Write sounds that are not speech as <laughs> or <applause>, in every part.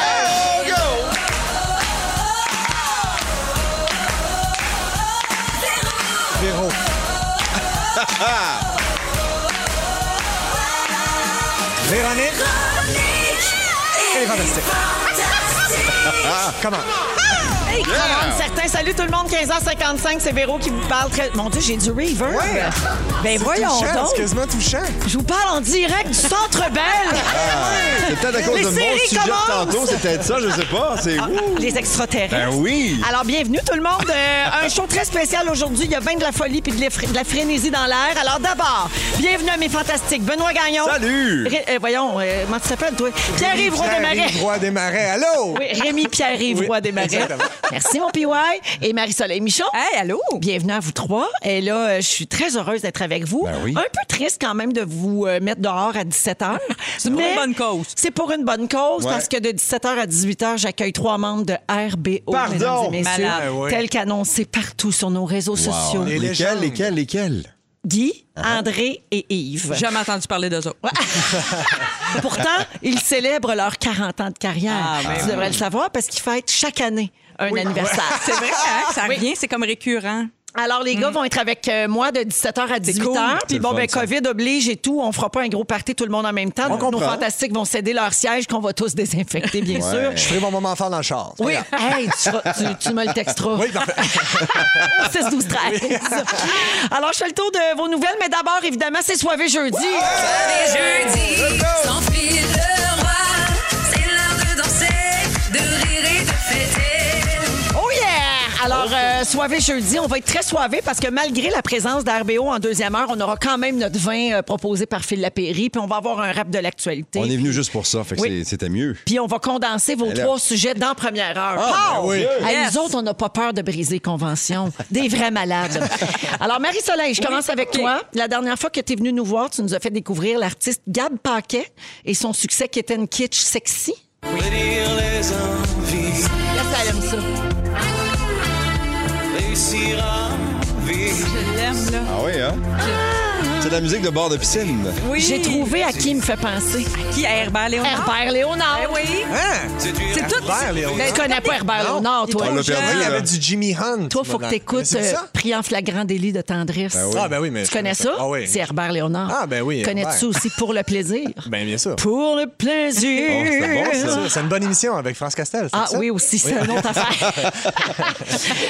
Nicolas! Véro. Véronique. Elle est fantastique. Comment? Hey, comment certain. Salut tout le monde, 15h55, c'est Véro qui vous parle. Très... Mon Dieu, j'ai du reverb. Ouais. Ben voyons touchant, c'est donc. quasiment touchant. Je vous parle en direct du Centre Belle. Ah, C'est peut-être à cause Les de mon séries sujet commencent. de tantôt, c'est peut-être ça, je sais pas. C'est Ah, Ouh. les extraterrestres. Ben oui. Alors, bienvenue tout le monde. Euh, un show très spécial aujourd'hui. Il y a bien de la folie puis de, l'effr- de la frénésie dans l'air. Alors, d'abord, bienvenue à mes fantastiques. Benoît Gagnon. Salut. Ré- euh, voyons, euh, comment tu t'appelles, toi? Pierre-Yves Roy Pierre Desmarais. Roy des Marais. Allô? Oui, Rémi Pierre-Yves Oui, Roy Desmarais. exactement. Merci, mon PY. Et Marie-Soleil Michon. Hey, allô? Bienvenue à vous trois. Et là, euh, je suis très heureuse d'être avec vous. Ben oui. Un peu triste quand même de vous euh, mettre dehors à 17h. C'est pour une bonne cause. C'est pour une bonne cause Ouais. parce que de 17h à 18h, j'accueille trois membres de RBO, Pardon, mesdames et messieurs, malade. Ouais, ouais. tel qu'annoncé partout sur nos réseaux sociaux. Les Lesquels, légendes. lesquels, lesquels? Guy, Ah André et Yves. Jamais entendu parler d'eux autres. <laughs> Pourtant, ils célèbrent leurs 40 ans de carrière. Ah, ben tu oui. devrais le savoir parce qu'ils fêtent chaque année un anniversaire. <laughs> C'est vrai, hein? ça revient, c'est comme récurrent. Alors, les gars vont être avec euh, moi de 17h à 18h. cool. Puis C'est bon, le fun, ben, ça. COVID oblige et tout. On fera pas un gros party tout le monde en même temps. Donc, nos comprend. fantastiques vont céder leur siège qu'on va tous désinfecter, bien Ouais. sûr. Je ferai mon moment fort dans le char. Oui, Ah, hey, tu, feras- tu- tu me le texteras. Oui, parfait. 6, 12, 13. Alors, je fais le tour de vos nouvelles, mais d'abord, évidemment, c'est soivé jeudi. Jeudi, sans fil de roi, c'est l'heure de danser, de rire et de fêter. Oh yeah! Alors, euh, soivé jeudi, on va être très soivé parce que malgré la présence d'RBO en deuxième heure, on aura quand même notre vin euh, proposé par Phil Lapéry, puis on va avoir un rap de l'actualité. On est venu juste pour ça, fait que Oui. c'est- c'était mieux. Puis on va condenser vos là. trois sujets dans première heure. Ah, Pow! mon Dieu. À Yes. nous autres, on n'a pas peur de briser les conventions. Des <laughs> vrais malades. Alors, Marie-Soleil, je commence avec toi. La dernière fois que tu es venue nous voir, tu nous as fait découvrir l'artiste Gab Paquet et son succès qui était une kitsch sexy. Dire les envies, Là, ça aime ça. réussir à vivre. Je l'aime, là. Ah oui, hein? C'est de la musique de bord de piscine. Oui. J'ai trouvé à qui il me fait penser. Qui à Herbert Léonard? Herbert Léonard. Ben oui. Hein? Séduire C'est tout. Ben, Herbert Léonard. Tu connais pas Herbert Non. Léonard, toi? On l'a jeune. perdu, Il y là. avait du Jimmy Hunt. Toi, faut que euh, tu écoutes C'est ça? Pris en flagrant délit de tendresse. Ben oui. Ah, ben oui, mais. Tu connais ça? Ah, oui. C'est Herbert Léonard. Ah, ben oui, Connais-tu Herbert. aussi Pour le plaisir? Ben, bien sûr. Pour le Oh, plaisir. c'est bon, C'est ça, c'est une bonne émission avec France Castel. c'est Ah ça? oui, aussi, c'est une autre affaire.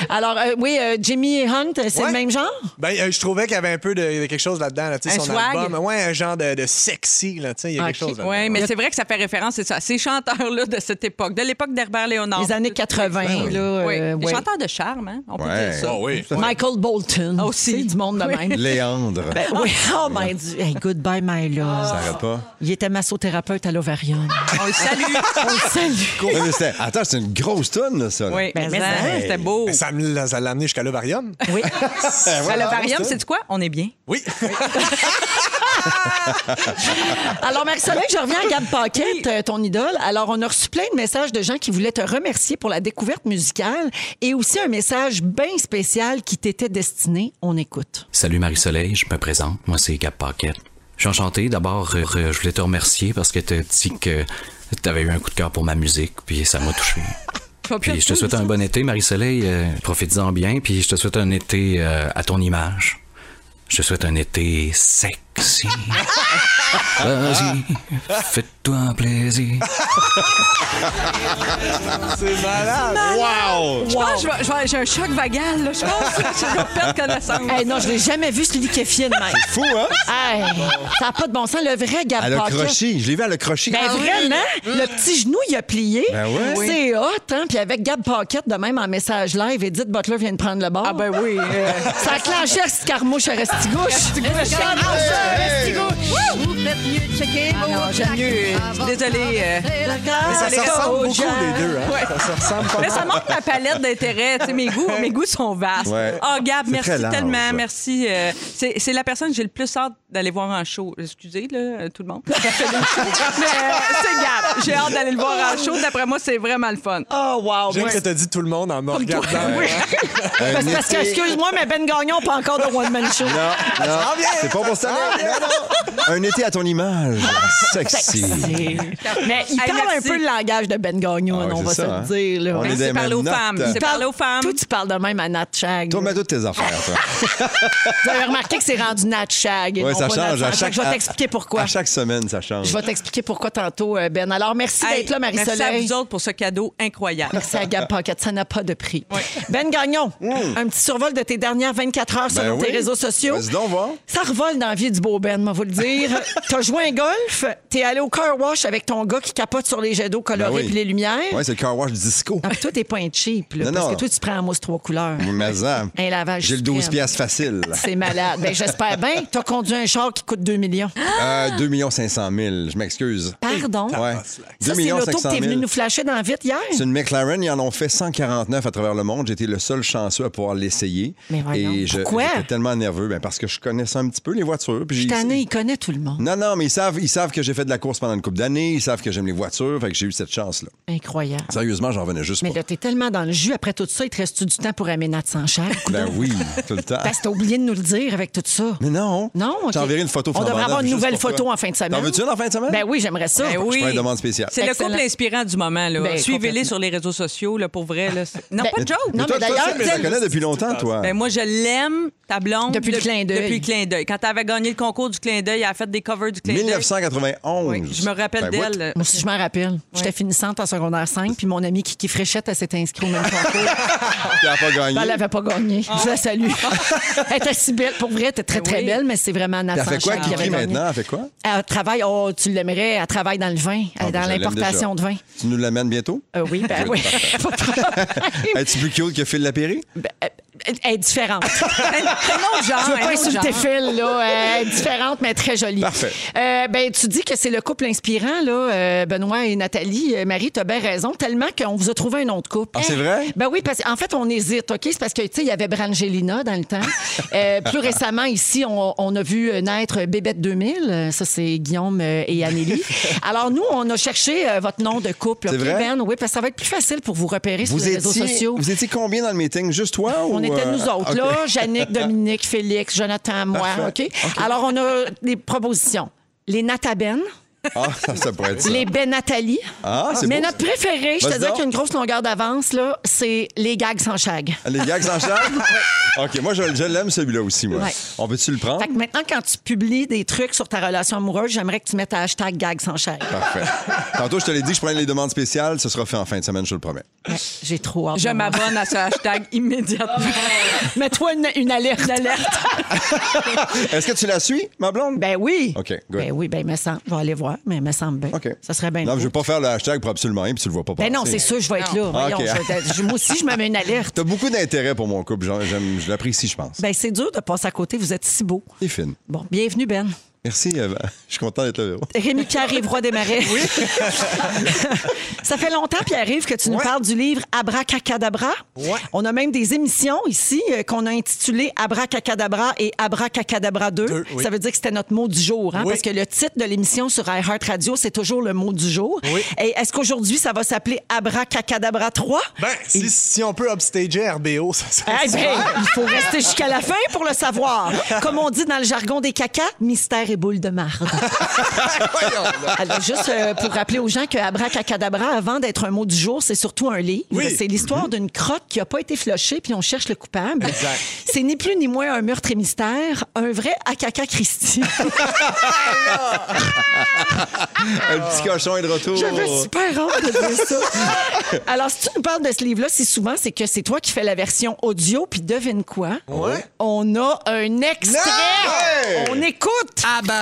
Alors, euh, oui, euh, Jimmy Hunt, c'est Ouais. le même genre? <laughs> Ben, euh, je trouvais qu'il y avait un peu de, de quelque chose là-dedans. Là, tu sais, Un son swag. album. Ouais, un genre de, de sexy. Là, tu sais, il y a Ah, quelque ok. chose là-dedans. Oui, mais c'est vrai que ça fait référence c'est ça, ces chanteurs-là de cette époque, de l'époque d'Herbert Léonard. Les années 80, là. Oui. euh, Les ouais. chanteurs de charme, hein? on peut Ouais. Oh, dire ça. Ah oui. Michael Bolton. Ah, aussi. C'est du monde de même. Léandre. Ben, oui. <laughs> Oh, my Dieu. Hey, goodbye, my love. Arrête pas. Il était massothérapeute à l'ovarium. On le salue. On le salue. Ouais, mais c'était- Attends, c'est une grosse tonne, là, ça. là. oui, Ben, mais ça, ça, c'était beau. Mais ben, ça me- ça l'a amené jusqu'à <laughs> l'ovarium. <laughs> <laughs> Oui. À l'ovarium, Ah, c'est quoi? On est bien. Oui. Alors, Marie-Soleil, je reviens à Gab Paquette, euh, ton idole. Alors, on a reçu plein de messages de gens qui voulaient te remercier pour la découverte musicale et aussi un message bien spécial qui t'était destiné. On écoute. Salut Marie-Soleil, je me présente. Moi, c'est Gab Paquette. Je suis enchanté. D'abord, euh, euh, je voulais te remercier parce que tu dit que tu avais eu un coup de cœur pour ma musique, puis ça m'a touché. Puis je te souhaite un bon été, Marie-Soleil. Euh, Profites-en bien, puis je te souhaite un été euh, à ton image. Je te souhaite un été sexy. Ah. Vas-y, fais-toi plaisir. C'est malade. Wow! Je pense que je vais- je vais- j'ai un choc vagal, là. Je pense que je vais perdre <laughs> connaissance. Hey, non, je l'ai jamais vu se liquéfier de même. Fou, hein? Hey, ça n'a pas de bon sens. Le vrai Gab Elle a Paquette. croché. Je l'ai vu, elle a Ah croché. Ben vraiment, Mm. Hum. le petit genou, il a plié. Ben ouais. C'est hot, hein? Puis avec Gab Paquette, de même en message live, Edith Butler vient de prendre le bord. Ah ben oui. euh, <laughs> Ça a clenché à Scarmouche à <laughs> Restigouche. Scarmouche à Restigouche. Vous faites mieux de checker Ah non, j'aime mieux. Je suis désolée. euh, Mais Ça les se ressemble gars, beaucoup, les deux. Hein? Ça se ressemble pas Mais mal. ça montre ma palette d'intérêts. Tu sais, mes goûts, mes goûts sont vastes. Ouais. Ah, Gab, C'est merci très large. tellement. Merci. euh, c'est c'est la personne que j'ai le plus <laughs> hâte d'aller voir en show. Excusez, là, euh, tout le monde. Mais, euh, c'est Gab. J'ai hâte d'aller le voir en show. D'après moi, c'est vraiment le fun. Oh, wow. J'aime moi, que t'as dit tout le monde en me Ben regardant. <laughs> Oui. Un Parce, parce que, été- excuse-moi, mais Ben Gagnon, pas encore de One Man Show. Ben, Non, non, Ah, s'en vient, c'est pas pour ça ça. Un été à ton image. Ah, Sexy. Mais il Hey, parle un merci. peu le langage de Ben Gagnon, Ah oui, on va c'est se ça, hein. le dire. Là. On est Ben, des c'est parler aux mêmes femmes. notes. C'est parler aux femmes. Toi, tu parles de même à Nat Shag. Toi, mets toutes tes affaires, <laughs> Ah, toi. Vous avez remarqué que c'est rendu Nat Shag. et Ouais, non ça pas Nat change. À Shag. chaque, Je vais à- t'expliquer pourquoi. À chaque semaine, ça change. Je vais t'expliquer pourquoi tantôt, euh, Ben. Alors, merci Hey, d'être là, Marie-Soleil. Merci à vous autres pour ce cadeau incroyable. Merci à Gab Paquette, ça n'a pas de prix. Ben Gagnon, un petit survol de tes dernières 24 heures sur Mm. Ben tes oui. réseaux sociaux. Vas-y donc voir. Ça revole dans la vie du beau Ben, moi vous le <laughs> dire. T'as joué un golf, t'es allé au car wash avec ton gars qui capote sur les jets d'eau colorés Ben oui. et les lumières. Ouais, c'est le car wash disco. Ah, puis toi, t'es pas un cheap, là, Non, parce non. que toi, tu prends en mousse trois couleurs. Mais ça, Un lavage J'ai le 12 suprême. piastres facile. C'est malade. Ben, j'espère bien. T'as conduit un char qui coûte 2 millions. Euh, 2 500 000, je m'excuse. Ah! Pardon? Ouais. 2 Ça, c'est l'auto 500 que t'es 000. venu nous flasher dans la vitre hier. C'est une McLaren, ils en ont fait 149 à travers le monde. J'étais le seul chanceux à pouvoir l'essayer. Mais voyons. Et je- Pourquoi? j'étais tellement nerveux ben, parce que je connaissais un petit peu les voitures. puis j'ai- Cette année, il connaît tout le monde. Non, non, mais ils savent, ils savent que j'ai fait de la course pendant une couple d'années, ils savent que j'aime les voitures, fait que j'ai eu cette chance-là. Incroyable. Sérieusement, j'en venais juste Mais pas. là, t'es tellement dans le jus. Après tout ça, il te reste-tu du temps pour amener Nat sans <laughs> chair? Ben oui, tout le temps. Parce que <laughs> t'as oublié de nous le dire avec tout ça. Mais non. Non, Je OK. t'enverrai une photo. On devrait flambant avoir neuve une juste nouvelle pour toi. photo en fin de semaine. T'en veux-tu une en fin de semaine? Ben oui, j'aimerais ça. Ben oui. prends une demande spéciale. C'est le Excellent. couple inspirant du moment. là. Ben, complètement. Suivez-les sur les réseaux sociaux, là, pour vrai. là. C'est- Non, Ben, pas de joke. Non, toi, mais toi, d'ailleurs, tu la connais depuis longtemps, toi. Ben moi, je l'aime, ta blonde. Depuis le de- clin d'œil. Depuis le clin d'œil. Quand elle avait gagné le concours du clin d'œil, elle a fait des covers du clin d'œil. 1991. Oui, je me rappelle Ben, what? d'elle. Moi aussi, je m'en rappelle. J'étais finissante en secondaire 5, puis mon amie Kiki Fréchette, elle s'était inscrite au même <laughs> concours. Tu n'as pas gagné. Ben, elle n'avait pas gagné. Je la salue. <laughs> elle était si belle. Pour vrai, elle était très, Ben très oui. belle, mais c'est vraiment Nat T'as fait quoi, Sanchez qui Kiki, avait gagné. maintenant? Elle fait quoi? Elle travaille, oh, tu l'aimerais, elle travaille dans le vin, elle est Ah, ben, dans je l'aime l'importation de déjà. vin. Tu nous l'amènes bientôt? Euh, <laughs> oui, ben oui. Pas de problème. Es-tu plus cute que Phil Lapéry? Ben, elle- elle est différente. <laughs> Un autre genre, Je veux un pas autre insulter genre. Phil, là. Elle est différente, mais très jolie. Parfait. Euh, ben, tu dis que c'est le couple inspirant, là, euh, Benoît et Nathalie. Euh, Marie, t'as bien raison, tellement qu'on vous a trouvé un autre couple. Ah, c'est vrai? Ben oui, parce qu'en fait, on hésite, OK? C'est parce que, tu sais, il y avait Brangelina dans le temps. Euh, plus récemment, ici, on, on a vu euh, naître Bébête 2000. Euh, Ça, c'est Guillaume euh, et <laughs> Amélie. Alors, nous, on a cherché euh, votre nom de couple, C'est OK, vrai? Ben? Oui, parce que ça va être plus facile pour vous repérer sur Vous les réseaux étiez, sociaux. vous étiez combien dans le meeting? Juste toi ou... <laughs> On était euh, nous autres, OK. là. Yannick, Dominique, Félix, Jonathan, moi. Parfait. OK? Alors, on a des propositions. Les Nataben, <laughs> Ah, ça, ça pourrait être ça. les Ben Nathalie. Ah, c'est Mais beau, notre préféré, je te Vas-y dirais donc. qu'il y a une grosse longueur d'avance, là, c'est les gags sans chag. Ah, Les gags en <laughs> charge? OK, moi, je, je l'aime celui-là aussi, moi. Ouais. On peut-tu le prendre? Fait que maintenant, quand tu publies des trucs sur ta relation amoureuse, j'aimerais que tu mettes hashtag gags sans chag. Parfait. Tantôt, je te l'ai dit, je prends les demandes spéciales. Ce sera fait en fin de semaine, je te le <laughs> promets. Ouais, J'ai trop hâte. Je de voir. m'abonne à ce hashtag immédiatement. Ah, Mets-toi une, une alerte. <laughs> Est-ce que tu la suis, ma blonde? Ben oui. OK, good. Ben oui, ben, me semble. Je vais aller voir, mais me semble bien. OK. Ça serait bien. Non, je drôle. veux pas faire le hashtag pour absolument rien, puis tu le vois pas Ben non, passer. c'est sûr, je vais être là. Non. Voyons, OK. je vais- je- moi aussi, je me mets une alerte. <laughs> T'as beaucoup d'intérêt pour mon couple. J'en- j'aime- je l'apprécie, je pense. Ben, c'est dur de passer à côté. Vous êtes si beau. C'est fine. Bon, bienvenue, Ben. Merci, Eva. <laughs> Je suis content d'être là, <laughs> Véro. Rémi Pierre Yves, Roy des Marais. Oui. <laughs> Ça fait longtemps, Pierre Yves, que tu nous parles du livre Abracacadabra. Ouais. On a même des émissions ici euh, qu'on a intitulées Abracacadabra et Abracacadabra 2. Deux, oui. Ça veut dire que c'était notre mot du jour, hein, Oui. parce que le titre de l'émission sur iHeart Radio, c'est toujours le mot du jour. Oui. Et est-ce qu'aujourd'hui, ça va s'appeler Abracacadabra 3? Ben, si, si on peut upstager RBO, <laughs> ça serait Eh ça. ben, il faut rester jusqu'à la fin pour <laughs> le savoir. Comme on dit dans le jargon des cacas, mystère et boule de marde. Alors, juste euh, pour rappeler aux gens que Abracacadabra, avant d'être un mot du jour, c'est surtout un livre. Oui. C'est l'histoire d'une crotte qui n'a pas été flochée, puis on cherche le coupable. C'est ni plus ni moins un meurtre et mystère, un vrai Akaka Christie. Le petit cochon est de retour. J'avais super hâte de dire ça. Alors, si tu nous parles de ce livre-là si souvent, c'est que c'est toi qui fais la version audio, puis devine quoi? Ouais. On a un extrait! Non! On écoute! Ah, bon.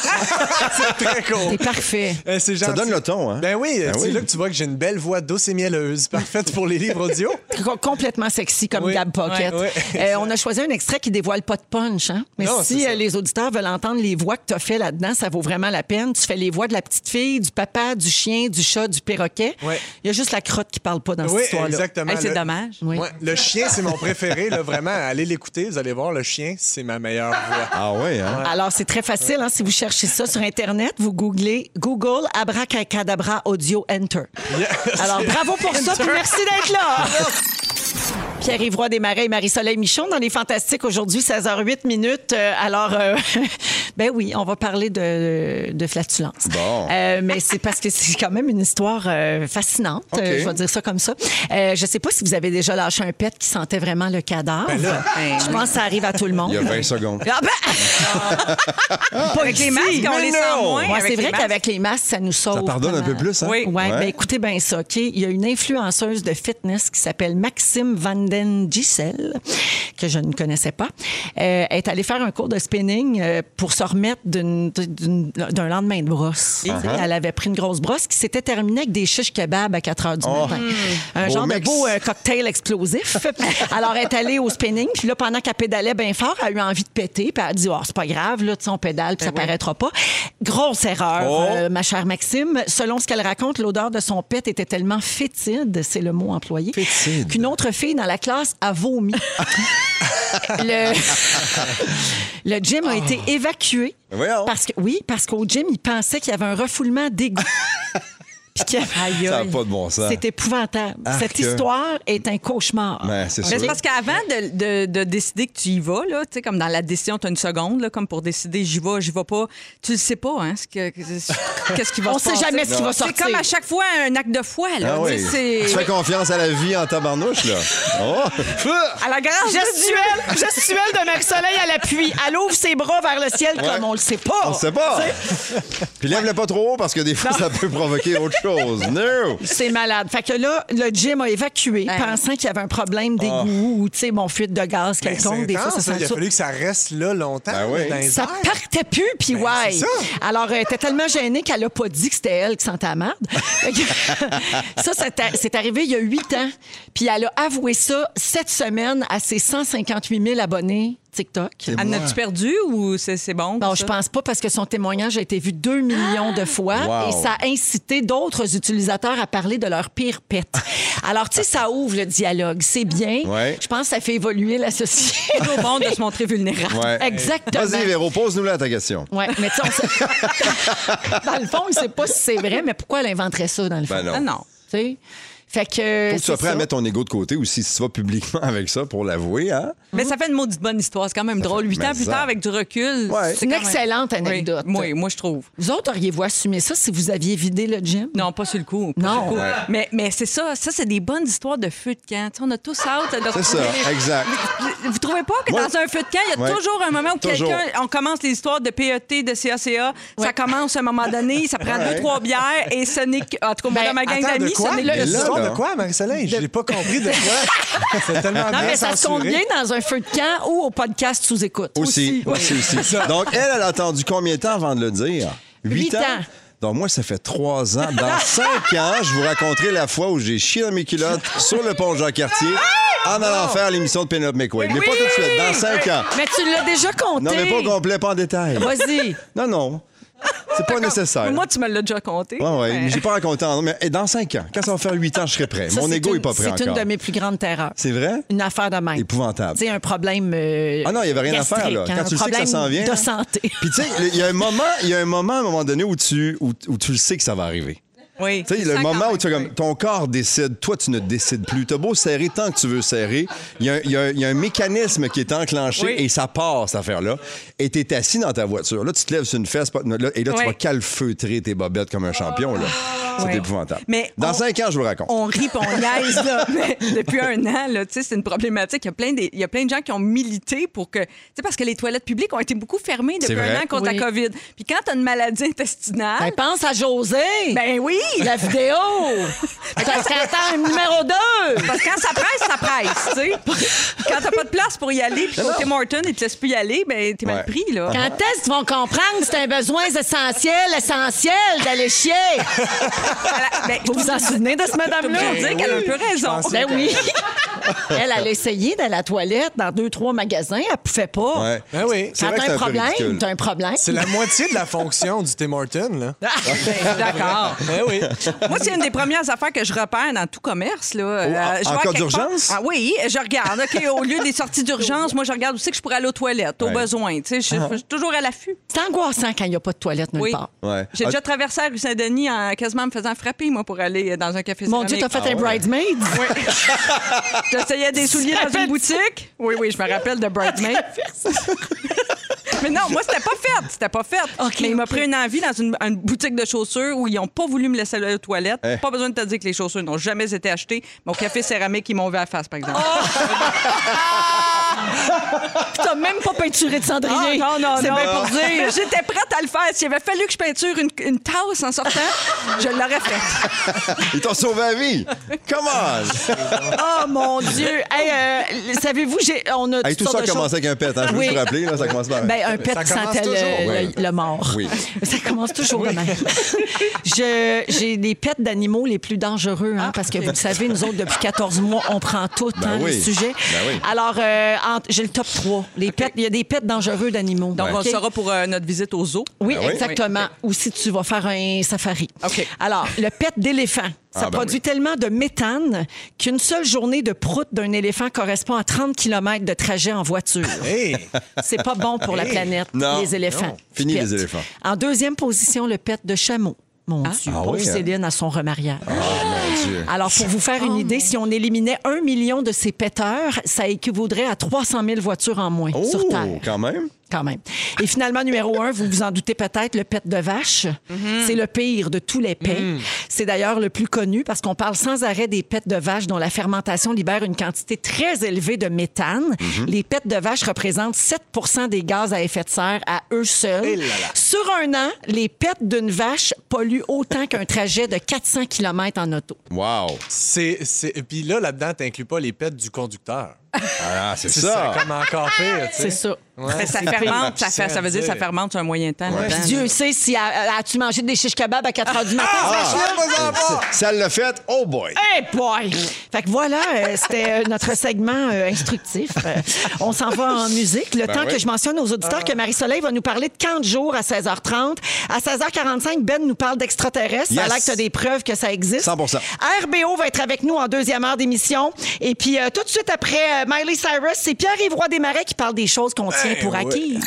c'est très cool. C'est parfait. Eh, c'est Ça gentil. donne le ton, hein? Ben oui, Ben c'est oui. <laughs> là que tu vois que j'ai une belle voix douce et mielleuse, parfaite pour les livres audio. co- complètement sexy comme Oui. Gab Pocket. Ouais, ouais. Euh, on a choisi un extrait qui dévoile pas de punch. hein. Mais Non, c'est si ça. euh, les auditeurs veulent entendre les voix que tu as fait là-dedans, ça vaut vraiment la peine. Tu fais les voix de la petite fille, du papa, du chien, du chat, du perroquet. Il Ouais. y a juste la crotte qui parle pas dans Oui, cette histoire-là. exactement. Hey, c'est Le- dommage. Oui. Ouais, le chien, c'est mon préféré. Là, vraiment, allez l'écouter, vous allez voir, le chien, c'est ma meilleure voix. Ah ouais, hein? Alors, c'est très facile. hein, si vous cherchez ça sur Internet, vous googlez Google Abracadabra Audio Enter. Yes. Alors, bravo pour ça, puis merci d'être là. Pierre-Yves Roy Desmarais et Marie-Soleil Michon dans Les Fantastiques aujourd'hui, 16h08 minutes. Euh, alors, euh, <laughs> ben oui, on va parler de, de flatulence. Bon. Euh, mais c'est parce que c'est quand même une histoire euh, fascinante, OK. euh, je vais dire ça comme ça. Euh, je sais pas si vous avez déjà lâché un pet qui sentait vraiment le cadavre. je pense que ça arrive à tout le monde. Ben Il y a 20 secondes. Ah ben! Pas <laughs> Avec les ici. masques, on Mais les non! sent moins Ouais, avec c'est les vrai masques. qu'avec les masques, ça nous sauve. Ça pardonne un vraiment. peu plus, hein? Oui. Ouais, Ouais. ben écoutez bien ça, OK? Il y a une influenceuse de fitness qui s'appelle Maxime Vanden Gisel, que je ne connaissais pas. Euh, elle est allée faire un cours de spinning euh, pour se remettre d'une- d'une- d'un lendemain de brosse. Tu sais, Elle avait pris une grosse brosse qui s'était terminée avec des chiches kebab à 4 heures du Oh. matin. Un Beau genre mix. de beau euh, <laughs> cocktail explosif. Alors, elle est allée au spinning, puis là, pendant qu'elle pédalait bien fort, elle a eu envie de péter, puis elle a dit, oh, c'est pas grave, là, tu sais, on pédale, puis ça paraîtra pas. Grosse erreur, Ben Oh. euh, ma chère Maxime. Selon ce qu'elle raconte, l'odeur de son pet était tellement fétide, c'est le mot employé, Fétide. qu'une autre fille dans la classe a <laughs> vomi. le... le gym a été évacué. Ah. Voyons. Parce que, oui, parce qu'au gym, ils pensaient qu'il y avait un refoulement d'égout. Puis qu'il y avait- <laughs> Ça Ah, n'a pas de bon sens. c'est épouvantable. Arc. Cette histoire est un cauchemar. Ben, c'est Mais sûr. c'est parce qu'avant de, de- de décider que tu y vas, là, tu sais, comme dans la décision, tu as une seconde, là, comme pour décider j'y vais, j'y vais pas. Tu le sais pas, hein, ce que- que- qu'est-ce qui va On se sait passer. jamais ce qui va C'est sortir. comme à chaque fois un acte de foi, là. Ah Tu sais, oui. c'est- Tu fais confiance à la vie en tabarnouche, là. Oh! <laughs> À la grâce de Gestuelle, gestuelle de Marie-Soleil à l'appui. Elle ouvre ses bras vers le ciel comme on le sait pas. On sait pas! Puis lève-le pas trop haut parce que des fois, ça peut provoquer autre chose. <laughs> No! C'est malade. Fait que là, le gym a évacué, Hein. pensant qu'il y avait un problème d'égout ou, tu sais, bon, fuite de gaz <laughs> Ah. Ben, c'est quelconque. Des fois, intense, ça hein, sent Il a ça. fallu que ça reste là longtemps. Ben oui. dans les Ça airs. partait plus, puis Ben, ouais. c'est ça. Alors, elle était tellement gênée qu'elle a pas dit que c'était elle qui sentait la <laughs> merde. Fait que- ça, c'est a- c'est arrivé il y a huit ans. Puis elle a avoué ça cette semaine à ses 158 000 abonnés TikTok. Anne, as-tu perdu ou c'est c'est bon? Bon, comme je ça? pense pas parce que son témoignage a été vu 2 millions de fois Ah! Wow. et ça a incité d'autres utilisateurs à parler de leur pire pète. Alors, tu sais, ça ouvre le dialogue. C'est bien. Ouais. Je pense que ça fait évoluer la société. C'est toujours bon de se montrer vulnérable. Ouais. Exactement. Vas-y, Véro, pose-nous-la ta question. Ouais, mais tu sais, on sait- <laughs> dans le fond, on ne sait pas si c'est vrai, mais pourquoi elle inventerait ça, dans le fond? Ben non. Ah non. Tu sais? Fait que. Faut que tu sois prêt à mettre ton ego de côté aussi si tu vas publiquement <laughs> avec ça pour l'avouer, hein? Mais ça fait une maudite bonne histoire. C'est quand même drôle. Huit mais ans plus ça. tard, avec du recul. Ouais. C'est une quand même- excellente Oui. anecdote. Oui, moi, je trouve. Vous autres, auriez-vous assumé ça si vous aviez vidé le gym? Non, pas sur le coup. pas Non. sur le coup. Ouais. Mais, mais c'est ça. Ça, c'est des bonnes histoires de feu de camp. Tu sais, on a tous hâte de C'est ça, exact. Vous trouvez pas que Moi- dans un feu de camp, il y a Ouais. toujours un moment où Toujours. quelqu'un, on commence les histoires de PET, de CACA, ça commence à un moment donné, ça prend Ouais. deux, trois bières et ce n'est que, en tout cas, moi, Ben, dans ma gang Attends, d'amis, de quoi? ce n'est que Mais là, L'histoire là. de quoi, Marie-Soleil? Je n'ai pas compris de <laughs> quoi. C'est tellement Non, bien mais ça se compte censuré. bien dans un feu de camp ou au podcast sous écoute. Aussi, aussi, <laughs> aussi. Donc, elle, elle a attendu combien de temps avant de le dire? Huit ans. Donc, moi, ça fait trois ans. <laughs> Dans cinq ans, je vous raconterai la fois où j'ai chié dans mes <laughs> culottes sur le pont Jean-Cartier Ah, en allant faire l'émission de Penelope McQuaid. Mais pas tout de suite, dans cinq ans. Mais tu l'as déjà compté. Non, mais pas au complet, pas en détail. Vas-y. Non, non. C'est pas nécessaire. Moi, tu me l'as déjà compté. Ouais, ouais, Ouais. mais j'ai pas raconté en mais dans cinq ans, quand ça va faire huit ans, je serai prêt. Ça, Mon c'est ego une- est pas prêt C'est une encore. de mes plus grandes terreurs. C'est vrai? Une affaire de même. Épouvantable. Tu sais, un problème. euh, Ah non, il y avait rien à faire, là. gastrique, Quand hein, tu un le sais que ça problème s'en vient, là. De santé. Puis tu sais, il y a un moment, il y a un moment à un moment donné où tu où, où tu le sais que ça va arriver. Oui. Tu sais, le Ça, quand moment où même. tu as comme ton corps décide, toi tu ne décides plus. T'as beau serrer tant que tu veux serrer, il y, a un- il y a un- il y a un mécanisme qui est enclenché Oui. et ça part cette affaire-là. Et t'es assis dans ta voiture, là tu te lèves sur une fesse, pas- là, et là tu Oui. vas calfeutrer tes bobettes comme un champion là. Ah, C'est Oui. épouvantable. Mais dans on- cinq ans, je vous le raconte. on rit pis on niaise, <laughs> là. Mais depuis un an, là, tu sais, c'est une problématique. Il y, a plein des- il y a plein de gens qui ont milité pour que. Tu sais, parce que les toilettes publiques ont été beaucoup fermées depuis C'est vrai. un an contre Oui. la COVID. Puis quand tu as une maladie intestinale. Ben, pense à José. ben oui! <laughs> La vidéo. Ça serait attends, numéro 2. Parce que quand ça presse, ça presse, tu sais. Quand t'as pas de place pour y aller, puis que Tim Horton, il te laisse plus y aller, ben t'es Ben Ouais. mal pris, là. Ah. Quand est-ce qu'ils vont comprendre que c'est un besoin essentiel, essentiel d'aller chier? Elle a- ben, je Vous vous en souvenez de ce peux madame-là? dire qu'elle a un peu raison. pense que- Ben oui. <laughs> Elle, elle a essayé d'aller à la toilette dans deux, trois magasins. Elle pouvait pas. Ouais. Ben oui. C'est Quand vrai que t'as c'est un un peu problème, ridicule. t'as un problème. C'est la moitié de la fonction du Tim Horton, là. <laughs> D'accord. Ben oui. Moi, c'est une des premières affaires que je repère dans tout commerce. Là. Oh, Euh, en- je vais en à cas quelque d'urgence? part- Ah oui, je regarde. OK, au lieu des sorties d'urgence, moi, je regarde où c'est que je pourrais aller aux toilettes, au Ouais. Uh-huh. besoin. Tu sais, je je suis toujours à l'affût. C'est angoissant quand il n'y a pas de toilette nulle Oui. part. Ouais. J'ai Ah, déjà traversé la rue Saint-Denis en quasiment me faisant frapper, moi, pour aller euh, dans un café Mon Dieu, t'as céramique. Ah fait un bridesmaid? <laughs> J'essayais des souliers dans une boutique. Oui, oui, je me rappelle de <laughs> Bridesmaid. Mais non, moi, c'était pas fait. C'était pas fait. Mais il m'a pris une envie dans une, une boutique de chaussures où ils n'ont pas voulu me laisser aller aux toilettes. Eh. Pas besoin de te dire que les chaussures n'ont jamais été achetées. Mon café céramique, ils m'ont vu à la face, par Oh! exemple. T'as même pas peinturé de Ah, cendrier. non, non, C'est non. bien pour dire. Mais <laughs> J'étais prête à le faire. S'il avait fallu que je peinture une, une tasse en sortant, je l'aurais fait. <laughs> Ils t'ont sauvé la vie. Come <laughs> on. Oh mon Dieu! Hey, euh, savez-vous, j'ai, on a Hey, toutes tout sortes ça a de commencé avec choses. un pet. hein. Je veux Oui. juste rappeler, là, ça commence par. Ben, un pet Ça qui commence sentait le, toujours, le- ouais. le mort. Oui. Ça commence toujours de même. Je- j'ai les pets d'animaux les plus dangereux, Ah. hein, parce que vous le savez, nous autres, depuis 14 mois, on prend tout Ben hein, les oui. sujets. Ben oui. Alors, euh, entre- j'ai le top 3. Les pets, il y a des pets dangereux d'animaux. Donc, on OK? le saura pour euh, notre visite au zoo. Oui, Ben oui. exactement. Ou si tu vas faire un safari. OK. Alors, le pet d'éléphant, ça Ah, ben produit oui. tellement de méthane qu'une seule journée de prout d'un éléphant correspond à 30 km de trajet en voiture. Hey. C'est pas <laughs> bon pour la planète, Non. les éléphants. Non. Fini Pet. les éléphants. En deuxième position, le pet de chameau. Mon Dieu, Ah pauvre oui, hein? Ah, Céline à son remariage. Mon Dieu. Alors, pour vous faire une idée, si on éliminait un million de ces péteurs, ça équivaudrait à 300 000 voitures en moins Oh, sur Terre quand même. quand même. Et finalement, numéro un, vous vous en doutez peut-être, le pet de vache. C'est le pire de tous les pets. C'est d'ailleurs le plus connu parce qu'on parle sans arrêt des pets de vache dont la fermentation libère une quantité très élevée de méthane. Les pets de vache représentent 7 des gaz à effet de serre à eux seuls. Sur un an, les pets d'une vache polluent autant qu'un trajet de 400 km en auto. Wow. C'est, c'est... Puis là, là-dedans, t'inclus pas les pets du conducteur. Ah, c'est C'est ça. comme encore pire, tu sais. C'est ça. Ouais, Mais ça c'est fermente, ça, fait- absurde, ça veut dire que ça fermente sur un moyen temps. Ouais. là-dedans. Dieu sait si euh, as-tu mangé des shish kebabs à 4 heures du matin. cette vache-là? Ah, vas-en, va. Ça l'a fait. Oh boy. Hey boy! Fait que voilà, euh, c'était euh, notre segment euh, instructif. Euh, on s'en va en musique. Le Ben temps oui. que je mentionne aux auditeurs que Marie-Soleil va nous parler de camp de jour à 16h30. À 16h45, Ben nous parle d'extraterrestres. Ça a Yes. l'air que t'as des preuves que ça existe. 100%. RBO va être avec nous en deuxième heure d'émission. Et puis, euh, tout de suite après euh, Miley Cyrus, c'est Pierre-Yves Roy Desmarais qui parle des choses qu'on tient Ben pour ouais. acquis.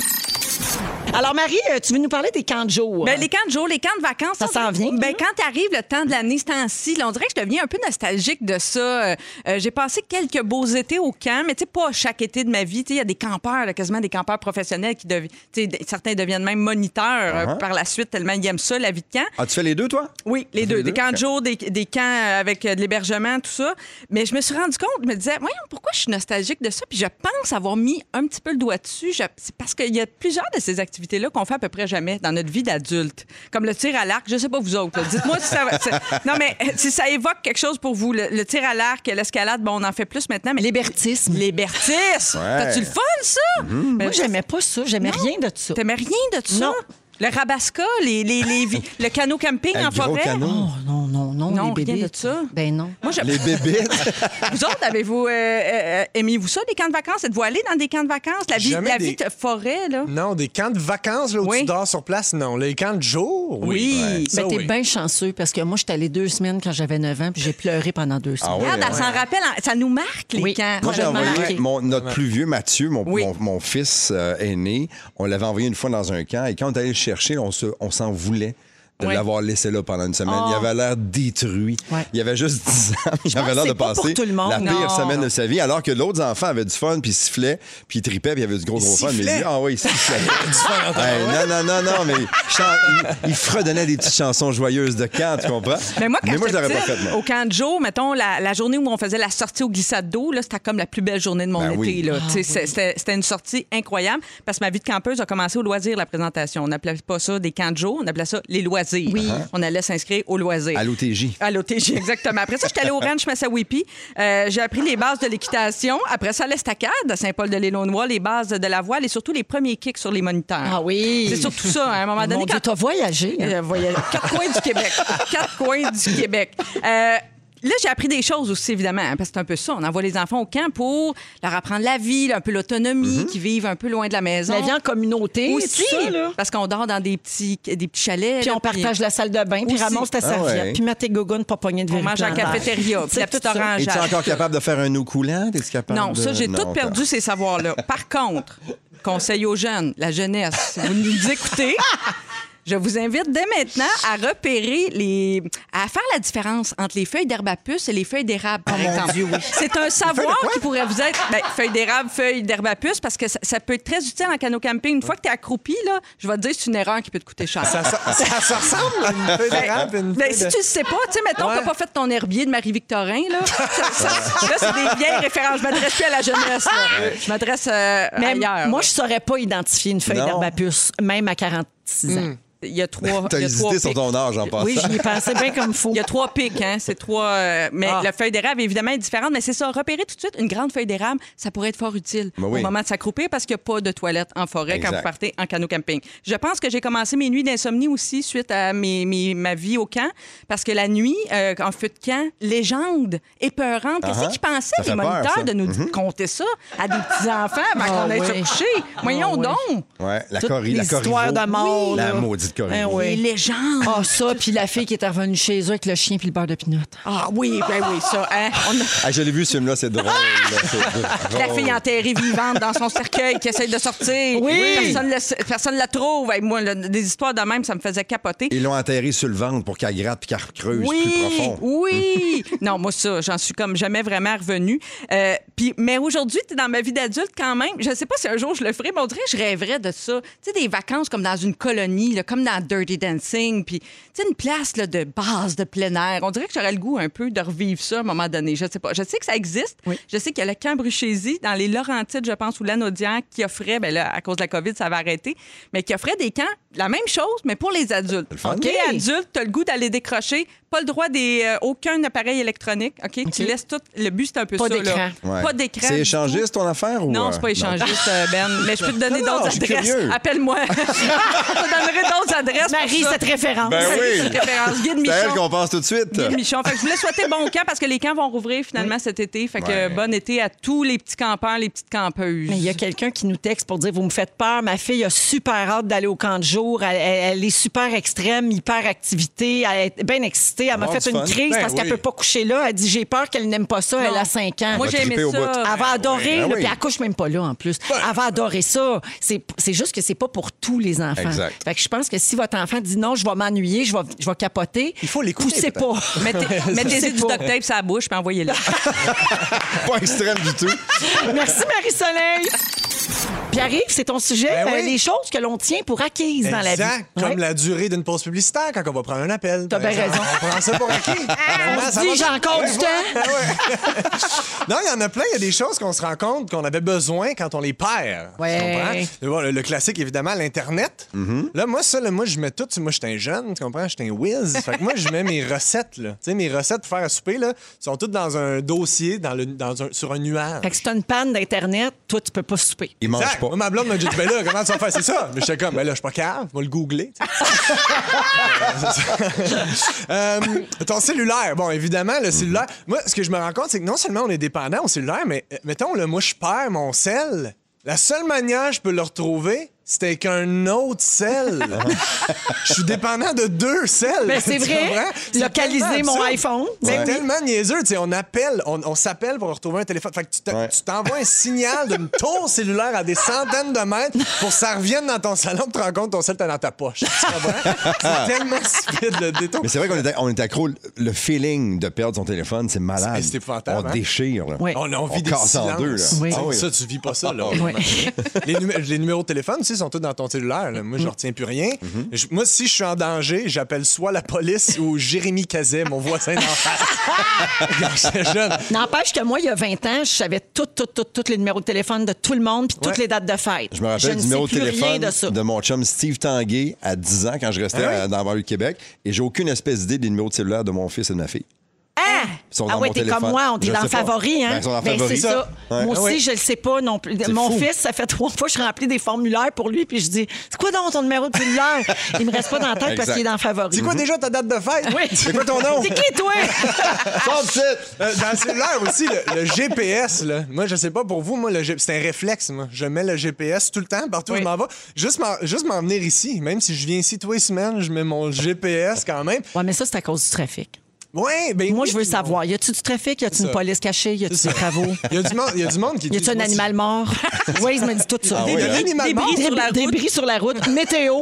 Alors, Marie, euh, tu veux nous parler des camps de jour? hein? Ben, les camps de jour, les camps de vacances. Ça s'en vient, Ben, hein? quand arrive le temps de l'année, ce temps-ci, là, on dirait que je deviens un peu nostalgique de ça. Euh, euh, J'ai passé quelques beaux étés au camp, mais tu sais, pas chaque été de ma vie. Tu sais, Il y a des campeurs, là, quasiment des campeurs professionnels qui deviennent. Certains deviennent même moniteurs Uh-huh. euh, par la suite, tellement ils aiment ça, la vie de camp. Ah, tu fais les deux, toi? Oui, les deux. Des camps de jour, des, des camps euh, avec euh, de l'hébergement, tout ça. Mais je me suis rendu compte, je me disais, voyons, pourquoi je suis nostalgique de ça? Puis je pense avoir mis un petit peu le doigt dessus. Je- C'est parce qu'il y a plusieurs de ces activités-là qu'on fait à peu près jamais dans notre vie d'adulte. Comme le tir à l'arc, je sais pas vous autres. là. Dites-moi si ça... <laughs> c'est- Non, mais euh, si ça évoque quelque chose pour vous. Le, le tir à l'arc, l'escalade, bon, on en fait plus maintenant. Mais L'hébertisme. Mhm. L'hébertisme! Ouais. T'as-tu le fun, ça? Mais Moi, j'aimais pas ça. J'aimais Non. rien de ça. T'aimais rien de ça? Non. Le rabasca, les, les, les <laughs> vi- le canot camping Un en gros forêt. canot. Oh non, non, non, Non, les rien bébés. de ça. Ben non. Moi, je- Les bébés. <laughs> Vous autres, avez-vous euh, euh, aimez-vous ça, des camps de vacances? Êtes-vous allé dans des camps de vacances? La vie, Jamais la des- vie de forêt, là? Non, des camps de vacances là, où Oui. tu dors sur place, non. Les camps de jour, Oui. oui. hein. Ben, Ça, Ben, t'es oui. bien chanceux parce que moi, j'étais allée deux semaines quand j'avais 9 ans puis j'ai pleuré pendant deux semaines. oui, Regarde, elle Ah ouais. hein? s'en rappelle, en- ça nous marque, les Oui. camps. Moi, Moi, j'ai Complètement envoyé marqué. mon, notre plus vieux, Mathieu, mon, Ah, Oui. mon, mon fils euh, aîné. On l'avait envoyé une fois dans un camp et quand on est allé le chercher, on se- on s'en voulait de Ouais. l'avoir laissé là pendant une semaine. Il avait l'air détruit. Ouais. Il avait juste 10 ans. Il avait l'air que de c'est pas passer pour tout le monde. la pire Non. semaine de sa vie, alors que d'autres enfants avaient du fun, puis ils sifflaient, puis ils tripaient, puis il y avait du gros, gros fun. Mais sifflaient? lui, ah oui, il <laughs> sifflait. hein, Ah Hey, non, non, non, non, mais chan- il, il fredonnait des petites chansons joyeuses de camp, tu comprends? Mais moi, quand je j'étais l'aurais pas petite, fait, moi. au camp de jour, mettons, la, la journée où on faisait la sortie au glissade d'eau, là, c'était comme la plus belle journée de mon Ben été. oui. Ah là. Tu sais, c'est- C'était c'était une sortie incroyable parce que ma vie de campeuse a commencé au loisir, la présentation. On n'appelait pas ça des camps de jour, on appelait ça les loisirs. On allait s'inscrire aux loisirs. Uh-huh. À l'OTJ. À l'OTJ, exactement. Après ça, j'étais allée au ranch Massawippi. Euh, j'ai appris les bases de l'équitation. Après ça, à l'estacade à Saint-Paul-de-l'Élonnois, les bases de la voile et surtout les premiers kicks sur les moniteurs. Ah oui. C'est surtout ça, hein, à un moment donné. Mon Dieu, quand- t'as voyagé. hein? euh, voyage- Quatre coins du Québec. Quatre coins du Québec. Euh, là, j'ai appris des choses aussi, évidemment, hein, parce que c'est un peu ça. On envoie les enfants au camp pour leur apprendre la vie, un peu l'autonomie, qu'ils vivent un peu loin de la maison. La vie en communauté, aussi, tout ça, là. parce qu'on dort dans des petits, des petits chalets. Puis là, on partage la salle de bain, puis Aussi. ramasse ta serviette, Ah ouais. puis mets tes gogones pour pogner de On mange à la vérité en l'air. cafétéria, puis la petite Es-tu orangeade. encore capable de faire un eau coulant? Es-tu capable Non, ça, de- j'ai Non, tout perdu encore. ces savoirs-là. Par contre, conseil aux jeunes, la jeunesse, si vous nous écoutez, je vous invite dès maintenant à repérer les. à faire la différence entre les feuilles d'herbe à puce et les feuilles d'érable, Oh par exemple. C'est un savoir qui pourrait vous être. Ben, feuilles d'érable, feuilles d'herbe à puce, parce que ça, ça peut être très utile en canot camping. Une fois que tu es accroupi, là, je vais te dire, c'est une erreur qui peut te coûter cher. Ça, ça- ça- ça ressemble à une feuille d'érable, une Ben, feuille si de- tu le sais pas, tu sais, mettons, t'as pas fait ton herbier de Marie-Victorin, là. Ça- ça- là, c'est des vieilles références. Je m'adresse plus à la jeunesse, là. Je m'adresse euh, Mais ailleurs. moi, je saurais pas identifier une feuille Non. d'herbe à puce, même à 46 ans. Hmm. il y a trois. <laughs> T'as il y a trois hésité sur pics. ton âge en passant. Oui, j'y ai pensé bien comme faux. Il y a trois pics, hein? C'est trois. euh, mais Ah. la feuille d'érable, évidemment, est différente. Mais c'est ça, repérer tout de suite une grande feuille d'érable, ça pourrait être fort utile Ben oui. au moment de s'accroupir parce qu'il n'y a pas de toilette en forêt quand Exact. vous partez en canot camping. Je pense que j'ai commencé mes nuits d'insomnie aussi suite à mes, mes- ma vie au camp parce que la nuit, euh, en feu de camp, légende, épeurante. Qu'est-ce Ah-ha. qu'ils pensaient, Ça les fait peur, moniteurs, ça. Mm-hmm. de nous compter ça à des petits-enfants avant Ah qu'on aille oui. se coucher? Voyons oui. donc! Ah Ouais, la Toutes corrie, les la corriveau. histoires de mort, La là. maudite corriveau. Hein, oui. Les légendes! Ah, ça, puis la fille qui est revenue chez eux avec le chien puis le beurre de pinot. Ah oui, ben oui, ça. hein? On a- <laughs> Ah, je l'ai vu ce film-là, c'est drôle. là, c'est drôle. <laughs> La fille enterrée vivante dans son cercueil qui essaye de sortir. Oui. Personne ne la trouve. Et moi, le- des histoires de même, ça me faisait capoter. Ils l'ont enterré sur le ventre pour qu'elle gratte puis qu'elle creuse Oui, plus profond. <laughs> oui. non, moi, ça, j'en suis comme jamais vraiment revenue. Euh, puis, mais aujourd'hui, t'es dans ma vie d'adulte quand même. Je sais pas si un jour je le ferai, mais on dirait que je rêverais de ça. Tu sais, des vacances comme dans une colonie, là, comme dans Dirty Dancing, puis tu sais, une place là, de base, de plein air. On dirait que j'aurais le goût un peu de revivre ça à un moment donné. Je sais pas. Je sais que ça existe. Je sais qu'il y a le camp Bruchésie, dans les Laurentides, je pense, ou l'Anaudière, qui offrait, ben là, à cause de la COVID, ça va arrêter, mais qui offrait des camps, la même chose, mais pour les adultes. fun. OK, adulte, t'as le goût d'aller décrocher, pas le droit des euh, aucun appareil électronique, OK? Tu laisses tout le but c'est un peu Pas ça là. d'écran. Ouais. Pas d'écran. C'est du échangiste tout. ton affaire ou Non, euh, c'est pas échangiste euh, Ben, mais je peux te donner Non, non, d'autres je suis adresses. curieux. Appelle-moi. <laughs> je te donnerai d'autres adresses. pour Marie, ça. cette référence. <laughs> Ben oui. Cette référence. Guide C'est à elle Michon. qu'on pense tout de suite. Guy Michon. Fait que je voulais souhaiter bon camp parce que les camps vont rouvrir finalement cet été. Fait que Ouais. euh, bon été à tous les petits campeurs, les petites campeuses. Mais il y a quelqu'un qui nous texte pour dire Vous me faites peur, ma fille a super hâte d'aller au camp de jour. Elle, elle- elle est super extrême, hyper activité. Elle est bien excitée. Elle m'a Avoir fait du une fun. crise Ben parce qu'elle oui. peut pas coucher là. Elle dit J'ai peur qu'elle n'aime pas ça. Elle Non. a 5 ans. Moi, va j'ai aimé triper au bout. ça. elle va adorer, ben là, oui. puis elle couche même pas là en plus. Elle va adorer ça. C'est c'est juste que c'est pas pour tous les enfants. Exact. Fait que je pense que si votre enfant dit non, je vais m'ennuyer, je vais, je vais capoter. Il faut l'écouter, Poussez pas. peut-être. <laughs> Mettez- Mettez-y du pas. duct tape sur la bouche puis envoyez-le. <laughs> Pas extrême du tout. Merci Marie-Soleil. Pierre-Yves, c'est ton sujet. Ben oui. euh, les choses que l'on tient pour acquises dans la vie. Exact, comme Ouais. la durée d'une pause publicitaire quand on va prendre un appel. T'as par bien exemple. raison. Ah, On prend ça pour <laughs> acquis. Vraiment, On se ça dit, va- j'ai encore Ouais, du voilà. temps. Ah ouais. non, il y en a plein. Il y a des choses qu'on se rend compte qu'on avait besoin quand on les perd. Tu Ouais. comprends? Le, bon, le- le classique, évidemment, l'Internet. Là, moi, ça, là, moi, je mets tout. Moi, j'étais un jeune, tu comprends? J'étais un whiz. Fait que moi, je mets mes recettes. Là. Tu sais, mes recettes pour faire à souper là, sont toutes dans un dossier, dans le, dans un, sur un nuage. Fait que si t'as une panne d'Internet, toi, tu peux pas souper. Il mange Exact. pas. Moi, ma blonde m'a dit, ben là, comment tu vas faire? C'est ça. Mais j'étais comme, ben là, je suis pas cave, je vais le googler. tu sais. Euh, ton cellulaire. Bon, évidemment, le cellulaire. Moi, ce que je me rends compte, c'est que non seulement on est dépendant au cellulaire, mais euh, mettons, là, moi, je perds mon sel. La seule manière que je peux le retrouver, c'était avec un autre sel. Je suis dépendant de deux sels. Ben, <laughs> c'est Tu vrai. comprends? C'est Localiser tellement mon absurde. iPhone. C'est Ben oui. tellement niaiseux. tu sais, on appelle, on, on s'appelle pour retrouver un téléphone. Fait que tu te- Ouais. tu t'envoies un signal de ton cellulaire à des centaines de mètres pour que ça revienne dans ton salon, tu te rends compte ton cell, t'as dans ta poche. Tu comprends? <laughs> C'est tellement stupide le détour. Mais c'est vrai qu'on est, on est accro. Le feeling de perdre son téléphone, c'est malade. C'est- c'est épouvantable, On hein? déchire. Là. Ouais. On a envie On des casse en silences. deux, là. Oui. Ça, Ah oui. Ça, tu vis pas ça, là. Ouais. <laughs> les, numé- les numéros de téléphone, tu sais, sont tous dans ton cellulaire. là. Mm-hmm. Moi, je retiens plus rien. Mm-hmm. Je- moi, si je suis en danger, j'appelle soit la police ou Jérémy Cazet, mon voisin d'en face. <laughs> Quand j'étais jeune. N'empêche que moi, il y a 20 ans, je savais tout, tout, tout, tous les numéros de téléphone de tout le monde puis toutes Ouais. les dates de fête. Je me rappelle ne du numéro de sais plus téléphone rien de ça. mon chum Steve Tanguay à 10 ans quand je restais Ah ouais? à- dans la banlieue de Québec et j'ai aucune espèce d'idée des numéros de cellulaire de mon fils et de ma fille. Ah! Ils sont Ah dans ouais, mon t'es téléphone. comme moi, on est Je dans sais le pas. favori, Ben, hein? ils sont dans Ben, c'est favori. ça. Ouais. Moi Ah aussi, ouais. je le sais pas non plus. C'est Mon fou. fils, ça fait trois fois que je remplis des formulaires pour lui, puis je dis C'est quoi donc ton numéro de cellulaire? Il me reste pas dans la tête parce Exact. qu'il est dans le favori. C'est quoi déjà ta date de fête? Oui. C'est quoi ton nom? C'est qui, toi? Sors de suite! Euh, dans le cellulaire aussi, le, le GPS, là. Moi, je sais pas pour vous, moi, le G- c'est un réflexe, moi. Je mets le GPS tout le temps, partout où je m'en vais. Juste m'en- Juste m'en venir ici. Même si je viens ici tous les semaines, je mets mon GPS quand même. ouais, mais ça, c'est à cause du trafic. <laughs> Ouais, ben. Moi, oui, je veux non. savoir y a-tu du trafic? Y a-tu une ça. police cachée? Y a-tu C'est des ça. travaux? Il <laughs> y a du monde, il y a du monde qui Y dit, a-tu un moi, <laughs> animal mort? Waze me dit tout ça. Ah oui, Il y a hein? un animal mort. Débris sur la route. Débris sur la route, météo,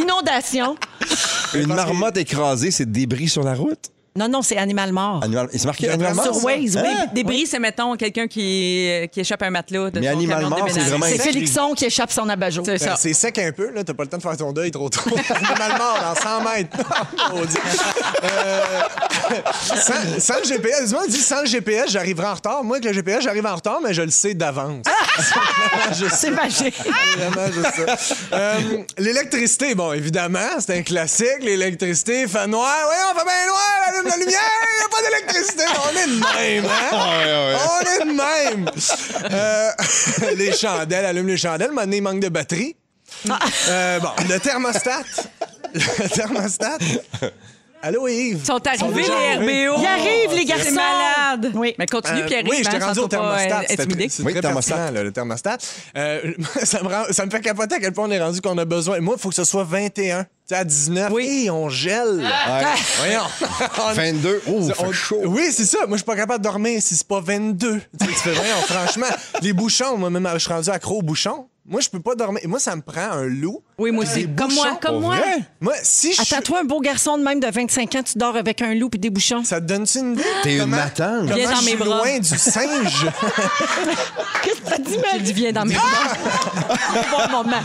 inondation. Une Parce que- marmotte écrasée, c'est débris sur la route? Non, non, c'est animal mort. Animal... Il se marque Sur animal mort? Oh. Sur ça? Waze, oui. Hein? Débris, c'est mettons quelqu'un qui, euh, qui échappe un matelas de Mais son animal camion de mort, c'est déménagement. vraiment C'est Exact. Félixon qui échappe son abat-jour. C'est Ben, ça. C'est sec un peu, là. T'as pas le temps de faire ton deuil trop tôt. <laughs> Animal mort dans 100 mètres. Oh, mon Dieu. Euh, sans, sans le GPS, dis-moi, dis sans le GPS, j'arriverai en retard. Moi, avec le GPS, j'arrive en retard, mais je le sais d'avance. <laughs> C'est magique. C'est <laughs> vraiment juste ça. Euh, L'électricité, bon, évidemment, c'est un classique. L'électricité fait noir. Oui, on fait bien noir, allume la lumière, il n'y a pas d'électricité. On est de même, hein? On est de même. Euh, <laughs> les chandelles, allume les chandelles. Maintenant, il manque de batterie. Euh, bon, le thermostat. Le thermostat. Allô, Yves? Ils sont arrivés, déjà les arrivés. RBO. Ils arrivent, les C'est garçons. malade. Oui. Mais continue, hein, Euh, Pierre. oui, je t'ai rendu au thermostat. C'était intimidé. très- C'est Oui, très thermostat. pertinent, là, le thermostat. Euh, <laughs> ça, me rend- ça me fait capoter à quel point on est rendu qu'on a besoin. Moi, il faut que ce soit 21. Tu sais, à 19, oui. on gèle. <laughs> Voyons. <laughs> On- 22. Oh, on- fait chaud. Oui, c'est ça. Moi, je suis pas capable de dormir si c'est pas 22. Tu sais, tu fais, <laughs> voyons, franchement, les bouchons, moi, même, je suis rendu accro aux bouchons. Moi, je peux pas dormir. Moi, ça me prend un loup. Oui, moi aussi. Des Comme moi, bouchons. comme moi. Moi, si je suis- Attends, toi, un beau garçon de même de 25 ans, tu dors avec un loup et des bouchons. Ça te donne-tu une idée? T'es une Comment- matangue. comment Viens dans je mes suis bras. loin du <laughs> singe. <laughs> Qu'est-ce que t'as dit, J'ai dit, viens dans mes bon moment.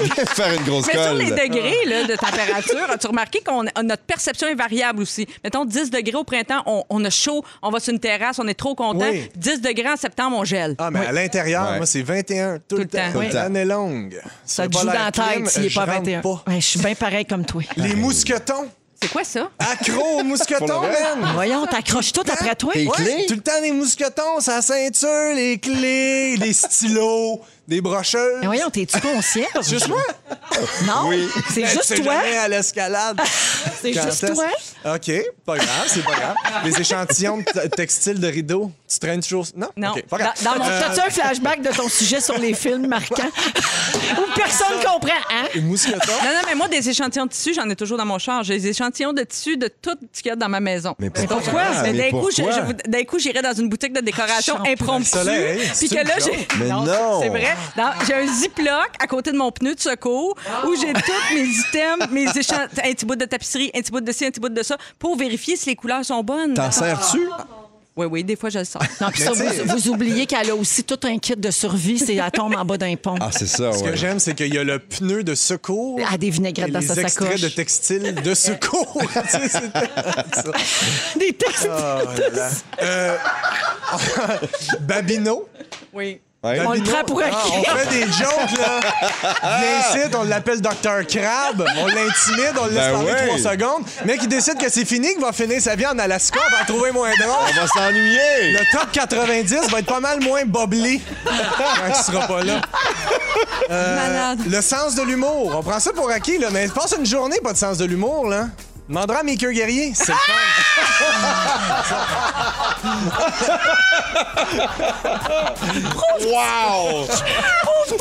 Viens faire une grosse Mais sur colle. les degrés là, de température, as-tu remarqué qu'on notre perception est variable aussi? Mettons 10 degrés au printemps, on, on a chaud, on va sur une terrasse, on est trop content. Oui. 10 degrés en septembre, on gèle. Ah, mais à l'intérieur, Ouais. moi, c'est 21 tout, le temps. Tout le temps. L'année longue. Ça C'est te pas joue dans l'air la clim, tête s'il n'est je pas rentre 21. pas. Ouais, je suis bien pareil comme toi. Les mousquetons. C'est quoi ça? <laughs> Accro aux Pour le mousquetons, vrai? man. Voyons, t'accroches tout après toi. T'es- Les Ouais, clés? Tout le temps, les mousquetons, sa ceinture, les clés, les stylos, des brocheuses. Mais voyons, t'es-tu concierge? Juste moi? Non, Oui. c'est Ben, tu juste sais toi. jamais à l'escalade. <laughs> C'est Quand juste est-ce- toi. OK, pas grave, c'est pas grave. Les échantillons de t- textiles de rideaux, tu traînes toujours. Non? Non. OK, pas grave. Euh, Dans mon... T'as-tu un flashback de ton sujet sur les films <laughs> marquants où personne comprend, hein? Les mousquetons. Non, non, mais moi, des échantillons de tissu, j'en ai toujours dans mon char. J'ai des échantillons de tissu de tout ce qu'il y a dans ma maison. Mais pourquoi? Mais Mais d'un coup, je- pourquoi? je vous- d'un coup, j'irai dans une boutique de décoration Champion. impromptue. Soleil, Puis c'est que une là, joke. j'ai. Mais c'est- non. C'est vrai. Dans- J'ai un ziploc à côté de mon pneu de secours où j'ai tous <laughs> mes items, mes échantillons, un petit bout de tapisserie, un petit bout de ci, un petit bout de ça, pour vérifier si les couleurs sont bonnes. T'en sers-tu? Oui, oui, des fois, je le sors. Non, Ah, puis ça, Mais tu sais- vous, vous oubliez qu'elle a aussi tout un kit de survie, c'est elle tombe en bas d'un pont. <laughs> Ah, c'est ça, Ce que ouais. j'aime, c'est qu'il y a le pneu de secours. Elle a Ah, des et vinaigrettes dans les sa extraits sacoche. de textiles de secours. <laughs> Tu sais, c'est- ça. Des textes. Oh là là. Euh, <laughs> Babino. Oui. Ouais. On le Babino. prend pour un Ah, cri. on fait des jokes, là. <laughs> Viens ici, on l'appelle Dr. Crab. On l'intimide, on le laisse Ben parler ouais. trois secondes. Mais qui décide que c'est fini, qu'il va finir sa vie en Alaska, on va en trouver moins drôle. On va s'ennuyer. Le top 90 va être pas mal moins <laughs> boblé quand il sera pas là. Euh, Malade. Le sens de l'humour. On prend ça pour acquis, là. Mais passe une journée, pas de sens de l'humour, là. Demandera à mes queues guerriers. C'est le fun. <laughs> Wow! Wow! Mon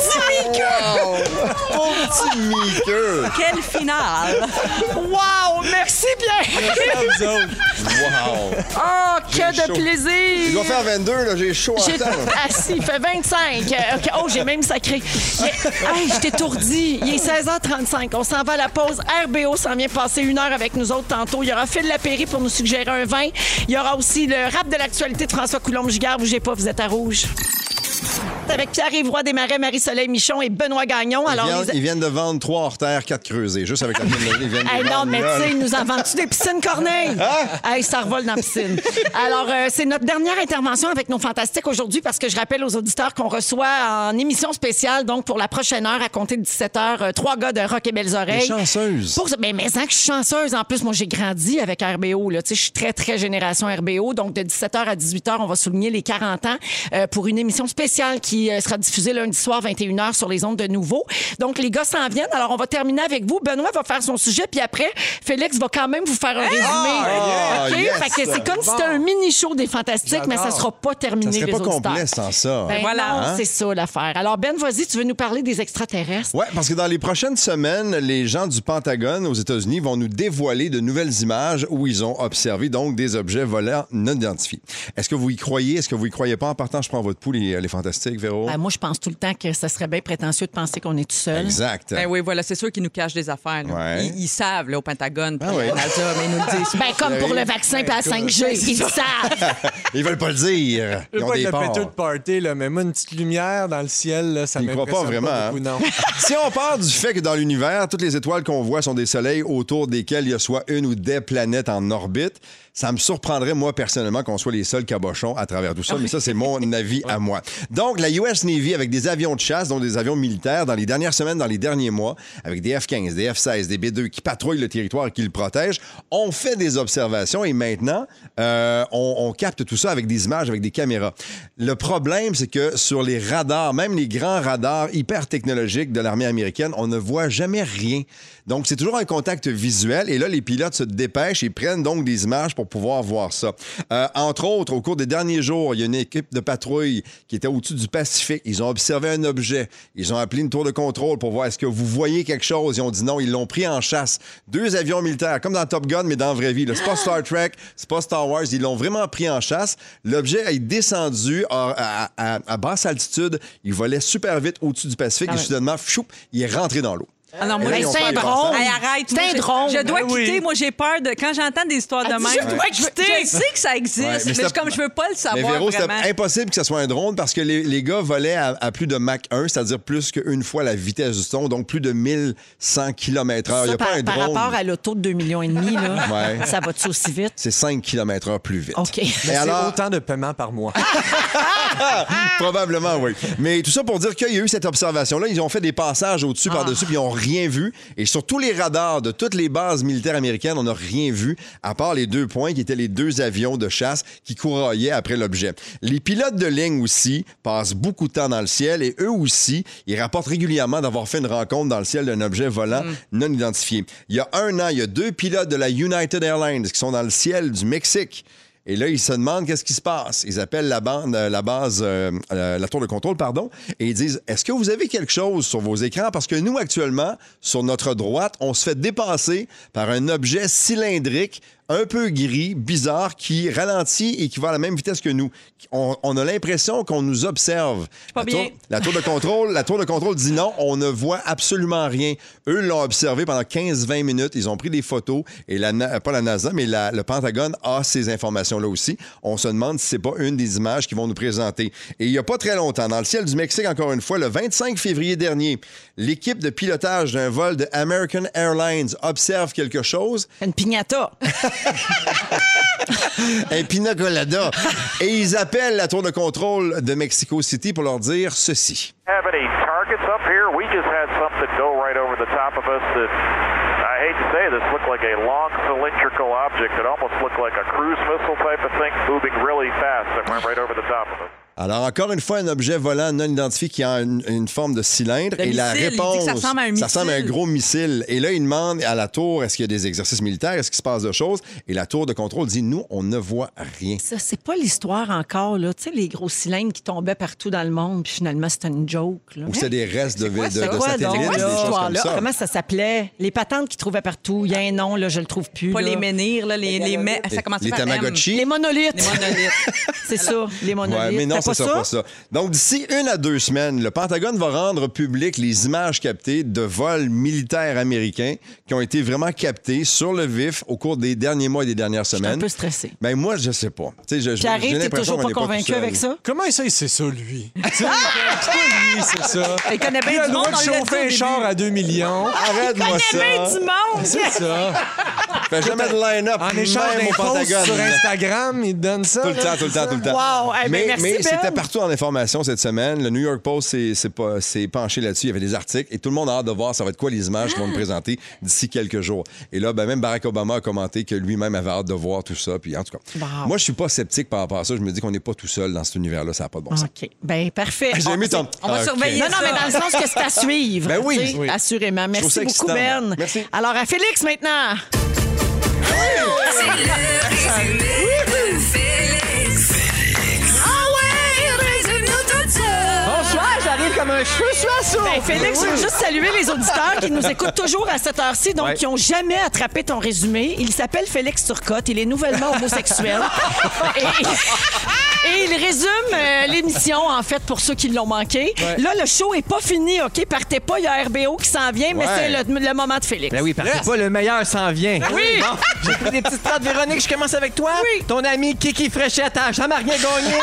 petit Mickey! Quelle finale! Wow! Merci, Pierre! Vous <laughs> autres. Hein? Wow! Ah! Oh, que de chaud. plaisir! Il doit faire 22, là, j'ai chaud à J'ai- temps. <laughs> Ah si, il fait 25. Euh, ok. Oh, j'ai même sacré. Mais- Hey, je t'étourdis. Il est 16h35. On s'en va à la pause. RBO s'en vient passer une heure avec nous autres tantôt. Il y aura Phil Lapéry pour nous suggérer un vin. Il y aura aussi le rap de l'actualité de François Coulombe-Gigard. Bougez pas, vous êtes à rouge. avec Pierre-Yves Roy Desmarais, Marie-Soleil Michon et Benoît Gagnon. Ils Alors, viennent, ils- ils viennent de vendre trois hors terre, quatre creusés, juste <laughs> avec la pile ils viennent de Hey, vendre, non, mais là, tu sais, là. Hein? ils nous en vendent-tu des piscines, Corneille? Hey, ça revole dans la piscine. Alors, euh, c'est notre dernière intervention avec nos fantastiques aujourd'hui parce que je rappelle aux auditeurs qu'on reçoit en émission spéciale, donc pour la prochaine heure, à compter de 17h, euh, trois gars de Rock et Belles Oreilles. Les chanceuses. Pour... Mais, mais hein, que je suis chanceuse. En plus, moi, j'ai grandi avec RBO. Là. Tu sais, Je suis très, très génération RBO. Donc, de 17h à 18h, on va souligner les 40 ans euh, pour une émission spéciale qui euh, sera diffusée lundi soir, 21h, sur les ondes de nouveau. Donc, les gars s'en viennent. Alors, on va terminer avec vous. Benoît va faire son sujet. Puis après, Félix va quand même vous faire un résumé. Ah, OK? yes. Fait que c'est comme si c'était un mini-show des Fantastiques, mais ça J'adore. sera pas terminé, Ça serait les pas auditeurs. complet sans ça. Ben Voilà. non, Hein? c'est ça l'affaire. Alors, Ben, vas-y, tu veux nous parler des extraterrestres? Ouais, parce que dans les prochaines semaines, les gens du Pentagone aux États-Unis vont nous dévoiler de nouvelles images où ils ont observé donc des objets volants non identifiés. Est-ce que vous y croyez? Est-ce que vous y croyez pas? En partant, je prends votre poule, les, les fantastiques, Véro. Ben, moi, je pense tout le temps que ça serait bien prétentieux de penser qu'on est tout seul. exact. Ben oui, voilà, c'est sûr qu'ils nous cachent des affaires. là. Ouais. Ils, ils savent, là, au Pentagone. Ah oui. on a ça, mais ils nous le disent. <laughs> Ben, comme pour le vaccin puis la 5G, ils le savent. <laughs> Ils veulent pas le dire. Je Ils veux ont pas des être le peurs. péteux de party, là, mais moi, une petite lumière dans le ciel, là, ça Ils croient m'impressionne pas vraiment. hein. beaucoup, non. <laughs> si on part du fait que dans l'univers, toutes les étoiles qu'on voit sont des soleils autour desquels il y a soit une ou des planètes en orbite, ça me surprendrait, moi, personnellement, qu'on soit les seuls cabochons à travers tout ça, mais ça, c'est mon avis à moi. Donc, la US Navy, avec des avions de chasse, dont des avions militaires, dans les dernières semaines, dans les derniers mois, avec des F-15, des F-16, des B-2 qui patrouillent le territoire et qui le protègent, ont fait des observations et maintenant, euh, on, on capte tout ça avec des images, avec des caméras. Le problème, c'est que sur les radars, même les grands radars hyper technologiques de l'armée américaine, on ne voit jamais rien. Donc, c'est toujours un contact visuel. Et là, les pilotes se dépêchent et prennent donc des images pour pouvoir voir ça. Euh, entre autres, au cours des derniers jours, il y a une équipe de patrouille qui était au-dessus du Pacifique. Ils ont observé un objet. Ils ont appelé une tour de contrôle pour voir est-ce que vous voyez quelque chose. Ils ont dit non. Ils l'ont pris en chasse. Deux avions militaires, comme dans Top Gun, mais dans la vraie vie. là. C'est pas Star Trek, c'est pas Star Wars. Ils l'ont vraiment pris en chasse. L'objet est descendu à, à- à- à basse altitude. Il volait super vite au-dessus du Pacifique et soudainement, fchoup, il est rentré dans l'eau. Ah non, moi, Ben, j'ai c'est peur. un drone. Hey, arrête. C'est moi, un j'ai- drone. Je dois Ben oui. quitter. Moi, j'ai peur de. Quand j'entends des histoires de Elle même, dit, je dois je, quitter. je sais que ça existe, Ouais, mais mais, c'était- je- comme je veux pas le Mais savoir. Véro, c'était vraiment. impossible que ce soit un drone parce que les, les gars volaient à, à plus de Mach 1, c'est-à-dire plus qu'une fois la vitesse du son, donc plus de 1100 km/h. Il n'y Ça, a par, pas un par drone. rapport à l'auto de 2,5 millions, et demi, là, <laughs> Ouais. ça va-tu aussi vite? C'est 5 km/h plus vite. OK. Mais C'est alors, autant de paiements par mois. <laughs> probablement, oui. Mais tout ça pour dire qu'il y a eu cette observation-là. Ils ont fait des passages au-dessus, par-dessus, puis ils n'ont rien vu. Et sur tous les radars de toutes les bases militaires américaines, on n'a rien vu, à part les deux points qui étaient les deux avions de chasse qui couraillaient après l'objet. Les pilotes de ligne aussi passent beaucoup de temps dans le ciel et eux aussi, ils rapportent régulièrement d'avoir fait une rencontre dans le ciel d'un objet volant non identifié. Il y a un an, il y a deux pilotes de la United Airlines qui sont dans le ciel du Mexique. Et là, ils se demandent qu'est-ce qui se passe. Ils appellent la, bande, euh, la base, euh, euh, la tour de contrôle, pardon, et ils disent Est-ce que vous avez quelque chose sur vos écrans Parce que nous, actuellement, sur notre droite, on se fait dépasser par un objet cylindrique, un peu gris, bizarre, qui ralentit et qui va à la même vitesse que nous. On, on a l'impression qu'on nous observe. pas la, tour, bien. la tour de contrôle, la tour de contrôle dit non, on ne voit absolument rien. Eux l'ont observé pendant 15-20 minutes. Ils ont pris des photos et la, Na- pas la NASA, mais la- le Pentagone a ces informations-là aussi. On se demande si c'est pas une des images qu'ils vont nous présenter. Et il y a pas très longtemps, dans le ciel du Mexique, encore une fois, le 25 février dernier, l'équipe de pilotage d'un vol de American Airlines observe quelque chose Une pignata. <laughs> un pina colada. Et ils appellent la tour de contrôle de Mexico City pour leur dire ceci. have any targets up here. We just had something go right over the top of us that I hate to say this looked like a long cylindrical object that almost looked like a cruise missile type of thing moving really fast that went right over the top of us. Alors, encore une fois, un objet volant non identifié qui a une, une forme de cylindre. De et la missile, il dit que ça réponse, ressemble à un missile. ressemble à un gros missile. Et là, il demande à la tour, est-ce qu'il y a des exercices militaires? Est-ce qu'il se passe de choses? Et la tour de contrôle dit, nous, on ne voit rien. Ça, c'est pas l'histoire encore, là. Tu sais, les gros cylindres qui tombaient partout dans le monde, puis finalement, c'était une joke, là. Ou c'est des restes de, quoi, de- ça? de C'est quoi, donc? satellites, C'est quoi des cette choses comme histoire-là? ça. Comment ça s'appelait? Les patentes qui trouvaient partout. Il y a un nom, là, je le trouve plus. Pas là. les menhirs, là, les, les, mets- Les- ça commence les par M. Tamagotchi. Les monolithes. Les monolithes. <laughs> C'est ça, les monolithes. Ouais, mais non, ça pas ça, ça? pas ça. Donc, d'ici une à deux semaines, le Pentagone va rendre public les images captées de vols militaires américains qui ont été vraiment captés sur le vif au cours des derniers mois et des dernières Je suis un semaines. peu stressé. Ben moi, je sais pas. Tu sais, je- je- j'ai Pierre-Yves, t'es l'impression toujours qu'on pas est tout convaincu seul. avec ça? Comment ça, il sait ça, <laughs> lui? C'est lui, c'est <laughs> ça. Il connaît bien Il a le du droit monde, de on l'a dit au chauffer un début. char à 2 millions. Arrête-moi ça. monde! C'est ça. Fais jamais de line-up, En échange d'un même au post sur Pentagone. Instagram, il te donne ça. Tout le là, temps, tout le c'est temps, ça? tout le temps. Wow! Eh ben, mais merci, mais Ben. c'était partout en information cette semaine. Le New York Post s'est- s'est pas- s'est penché là-dessus. Il y avait des articles et tout le monde a hâte de voir ça va être quoi les images qu'ils vont nous présenter d'ici quelques jours. Et là, ben, même Barack Obama a commenté que lui-même avait hâte de voir tout ça. Puis en tout cas, moi, je suis pas sceptique par rapport à ça. Je me dis qu'on n'est pas tout seul dans cet univers-là. Ça n'a pas de bon sens. OK. Ben parfait. J'ai On- aimé ton- on va Ah, OK. surveiller Non, non, mais dans le sens que c'est à suivre. Ben oui. tu sais, Oui. Assurément. trouve Merci ça beaucoup, excitant. Ben. Merci. Alors, à Félix maintenant. C'est le résumé de Félix. Ah ouais, résume-nous tout ça. Bonsoir, j'arrive comme un cheveu sur la soupe. Ben, Félix, je veux juste saluer les auditeurs qui nous écoutent toujours à cette heure-ci, donc Ouais. qui n'ont jamais attrapé ton résumé. Il s'appelle Félix Turcotte, il est nouvellement <laughs> homosexuel. et, et il résume euh, l'émission, en fait, pour ceux qui l'ont manqué. Là, le show est pas fini, OK? Partez pas, il y a RBO qui s'en vient, mais Ouais. c'est le, le moment de Félix. Ben oui, partez pas, le meilleur s'en vient. oui. Bon, j'ai pris des petites trates, Véronique, je commence avec toi. Oui. Ton ami Kiki Fréchette a jamais rien <laughs> gagné.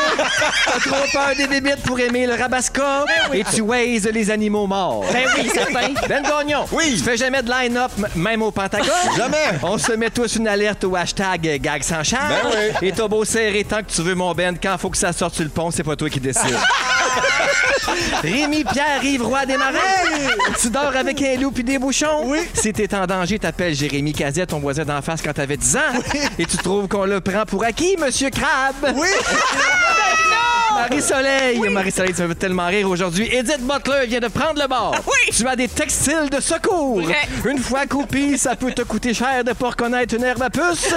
T'as trop peur des bébites pour aimer le rabasca. Et tu waises les animaux morts. Ben oui, certain. Ben Gagnon, Oui. tu fais jamais de line-up, m- même au Pentagone. Jamais. On se met tous une alerte au hashtag euh, gag sans charge. Ben oui. Et t'as beau serrer tant que tu veux, mon Ben, quand faut que ça sorte sur le pont, c'est pas toi <laughs> qui décide. Rémi Pierre Yves Roy des Marais. Tu dors avec un loup puis des bouchons. Oui. Si t'es en danger, t'appelles Jérémy Cazet, ton voisin d'en face quand t'avais 10 ans. Et tu trouves qu'on le prend pour acquis, Monsieur Crabe. Oui. Marie-Soleil, Marie-Soleil, tu me fais tellement rire aujourd'hui. Edith Butler vient de prendre le bord. oui. Tu as des textiles de secours. Vrai. Une fois coupé, ça peut te coûter cher de pas reconnaître une herbe à puce.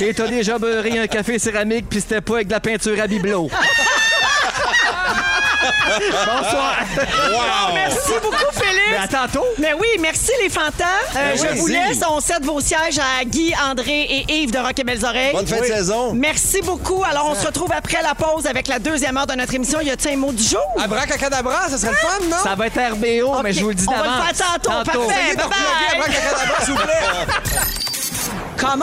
Et t'as déjà beurré un café céramique puis c'était pas avec de la peinture à bibelot. Bonsoir. Ah, Merci beaucoup, Félix. Mais à tantôt. Mais oui, merci les fantas. Euh, Ben je oui, vous merci. laisse. On cède vos sièges à Guy, André et Yves de Rock et Belles Oreilles. Bonne fin de saison. Merci beaucoup. Alors, on se retrouve après la pause avec la deuxième heure de notre émission. Y a-t-il un mot du jour? Abracacadabra, ça serait le fun, non? Ça va être RBO, mais Ok, je vous le dis on va d'avance. le faire tantôt. Parfait. Essayez de Bye-bye. reploguer Abracacadabra, s'il vous plaît. Come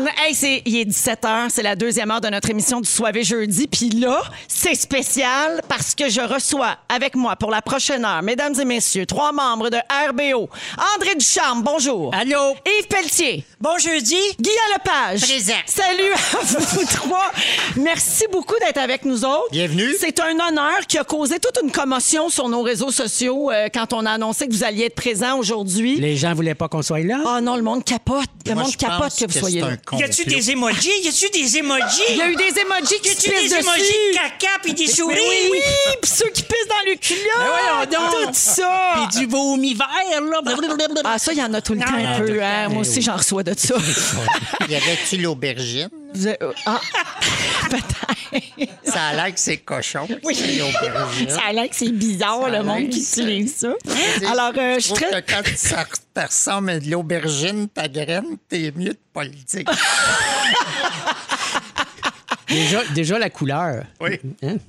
on! Hey, c'est, il est 17h, c'est la deuxième heure de notre émission du Soirée Jeudi. Puis là, c'est spécial parce que je reçois avec moi pour la prochaine heure, mesdames et messieurs, trois membres de RBO. André Ducharme, bonjour. Allô? Yves Pelletier. Bon jeudi. Guy Lepage. Présent. Salut à <laughs> vous trois. Merci beaucoup d'être avec nous autres. Bienvenue. C'est un honneur qui a causé toute une commotion sur nos réseaux sociaux euh, quand on a annoncé que vous alliez être présent aujourd'hui. Les gens voulaient pas qu'on soit là. Ah non, le monde capote. Le Moi, monde je capote pense que vous que soyez c'est là. un Y a-tu complot. des emojis? Y a-tu des emojis? Il y a eu des emojis Y qui se a-tu pissent des emojis dessus. de caca puis des Mais souris? oui, oui, pis ceux qui pissent dans le culotte. Ben voyons donc. Tout ça. Puis du vomi vert, là. Ah, ça, il y en a tout le temps il y en un a tout peu. le hein. temps, Moi eh aussi, oui. j'en reçois de ça. Y avait-tu l'aubergine? Vous êtes- Ah, <laughs> peut-être. Ça a l'air que c'est cochon. Oui. Ça a l'air que c'est bizarre, Ça a le monde l'air qui que- utilise ça. Alors, euh, je suis très... quand ça te ressemble à de l'aubergine, ta graine, t'es mieux de pas le dire. déjà, déjà la couleur. Oui.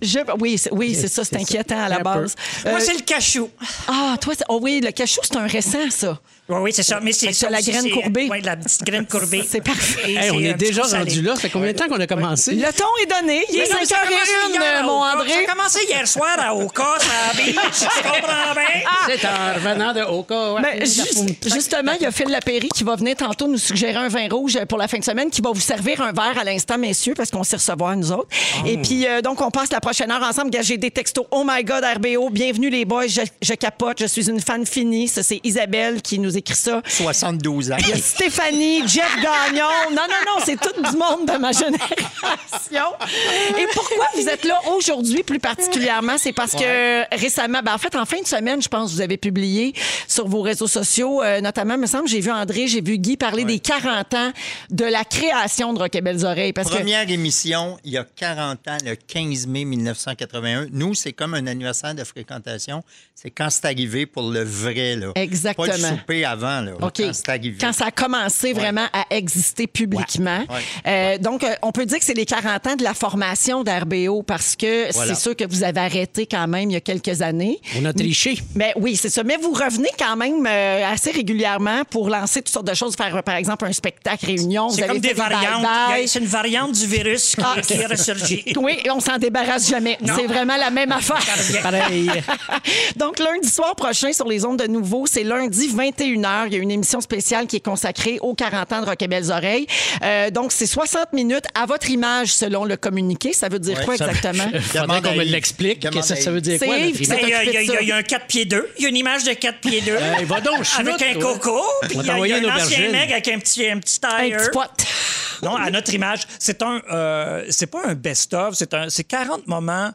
je- Oui, c'est oui, c'est ça, c'est Hein? C'est ça. inquiétant à la Un base. Euh, Moi, c'est le cachou. Ah, toi, c'est- oh oui, le cachou, c'est un récent, ça. Oui, oui, c'est ça. Mais c'est que ça t'as la aussi, graine c'est- courbée. Oui, la petite graine courbée. C'est parfait. Et Hey, on c'est est un petit déjà coup salé. rendu là. Ça fait combien de temps qu'on a commencé? Le ton est <laughs> donné. Il est Mais non, mais ça a commencé 5h01, hier à mon Oka. André. Ça a commencé hier soir à Oka, ça a bien. Tu comprends <laughs> bien? C'est en revenant de Oka. Ben, ju- justement, il y a Phil Lapéry qui va venir tantôt nous suggérer un vin rouge pour la fin de semaine, qui va vous servir un verre à l'instant, messieurs, parce qu'on s'est recevoir, nous autres. Et puis, euh, donc, on passe la prochaine heure ensemble. Gars, J'ai des textos. Oh my God, RBO, bienvenue les boys, je, je capote, je suis une fan finie. Ça, c'est Isabelle qui nous écrit ça. 72 ans. Il y a Stéphanie, Jeff Gagnon. Non, non, non, c'est tout du monde de ma génération. Et pourquoi vous êtes là aujourd'hui plus particulièrement? C'est parce que récemment, ben en fait, en fin de semaine, je pense, vous avez publié sur vos réseaux sociaux, euh, notamment, me semble, j'ai vu André, j'ai vu Guy parler des 40 ans de la création de Rock et Belles Oreilles. Parce que... Première émission, il y a 40 ans, le 15 mai 1981. Nous, c'est comme un anniversaire de fréquentation. C'est quand c'est arrivé pour le vrai. Là. Exactement. Pas le souper avant. Là, OK. Quand c'est arrivé. Quand ça a commencé vraiment à exister publiquement. Ouais. Euh, donc, euh, on peut dire que c'est c'est les 40 ans de la formation d'RBO parce que Voilà. c'est sûr que vous avez arrêté quand même il y a quelques années. On a triché. Mais Ben oui, c'est ça. Mais vous revenez quand même euh, assez régulièrement pour lancer toutes sortes de choses, faire euh, par exemple un spectacle réunion. Vous C'est avez comme fait des variantes. bye-bye. Il y a- C'est une variante du virus qui, Ah, qui est ressurgie. <laughs> Oui, et on s'en débarrasse jamais. Non. Ah, C'est vraiment la même affaire. <laughs> C'est pareil. Donc, lundi soir prochain sur les ondes de nouveau, c'est lundi 21h. Il y a une émission spéciale qui est consacrée aux 40 ans de Rock et Belles Oreilles. Euh, donc, c'est 60 minutes à votre image selon le communiqué. Ça veut dire quoi <laughs> exactement? Il Faudrait qu'on me l'explique. Qu'est-ce que ça veut dire C'est quoi, Yves notre qui image? s'est Il y, a- il occupé de ça. y a- il y a un 4 pieds 2. Il y a une image de 4 pieds 2. Eh, va donc, chenoute, Avec un toi. coco. On puis va Il y a, il y a t'envoyer une un ancien aubergine. mec avec un petit, un petit Un tire. petit pote. Non, à notre image, c'est un, euh, c'est pas un best-of, c'est un, c'est 40 moments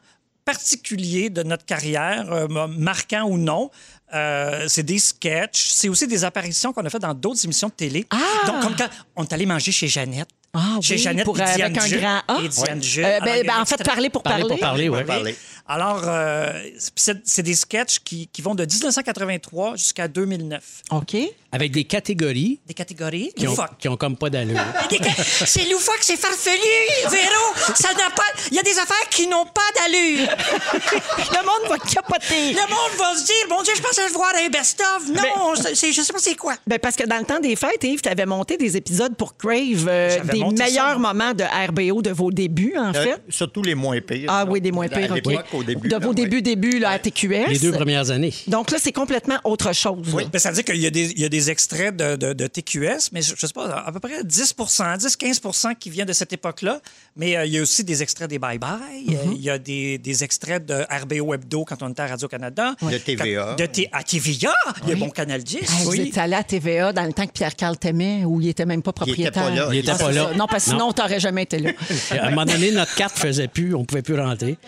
particuliers de notre carrière, euh, mo- marquants ou non. Euh, c'est des sketchs, c'est aussi des apparitions qu'on a fait dans d'autres émissions de télé. Donc, comme quand on est allé manger chez Jeannette. Ah chez oui, Jeannette pour, et euh, Diane avec un Jules. grand A. Et Diane Ouais. Jules. Euh, ben, Alors, il y a ben, en des fait, extraits- parler pour Parler pour parler, ouais. Parler. Alors, euh, c'est c'est des sketchs qui, qui vont de 1983 jusqu'à 2009. OK. Avec des catégories Des catégories. qui ont, Loufoque. qui ont comme pas d'allure. Des ca- C'est loufoque, c'est farfelu, Véro. Ça n'a pas. Il y a des affaires qui n'ont pas d'allure. Le monde va capoter. Le monde va se dire, mon Dieu, je pensais voir un best-of. Non, c'est je sais pas c'est quoi. Ben, parce que dans le temps des fêtes, Yves, tu avais monté des épisodes pour Crave, euh, J'avais des monté ça. meilleurs moments de RBO de vos débuts, en Euh, fait. Surtout les moins pires. Ah là. oui, des moins À pires, OK. l'époque, au début. de là, vos ouais. débuts, débuts là, à TQS. Les deux premières années. Donc là, c'est complètement autre chose. là. ça veut dire qu'il y, a des- il y a des extraits de, de- de TQS, mais je, je sais pas, à peu près 10 10-15 qui viennent de cette époque-là. Mais euh, il y a aussi des extraits des Bye Bye. euh, Il y a des, des extraits de RBO Hebdo quand on était à Radio-Canada. De TVA. De T- à TVA, le bon Canal 10. Ah, Vous êtes allé à TVA dans le temps que Pierre-Carl t'aimait, où il était même pas Il était propriétaire. pas là. Il était Ah, pas c'est là. ça. Non, parce que sinon, Non. t'aurais jamais été là. Et <laughs> À un moment donné, notre carte faisait plus, on pouvait plus rentrer.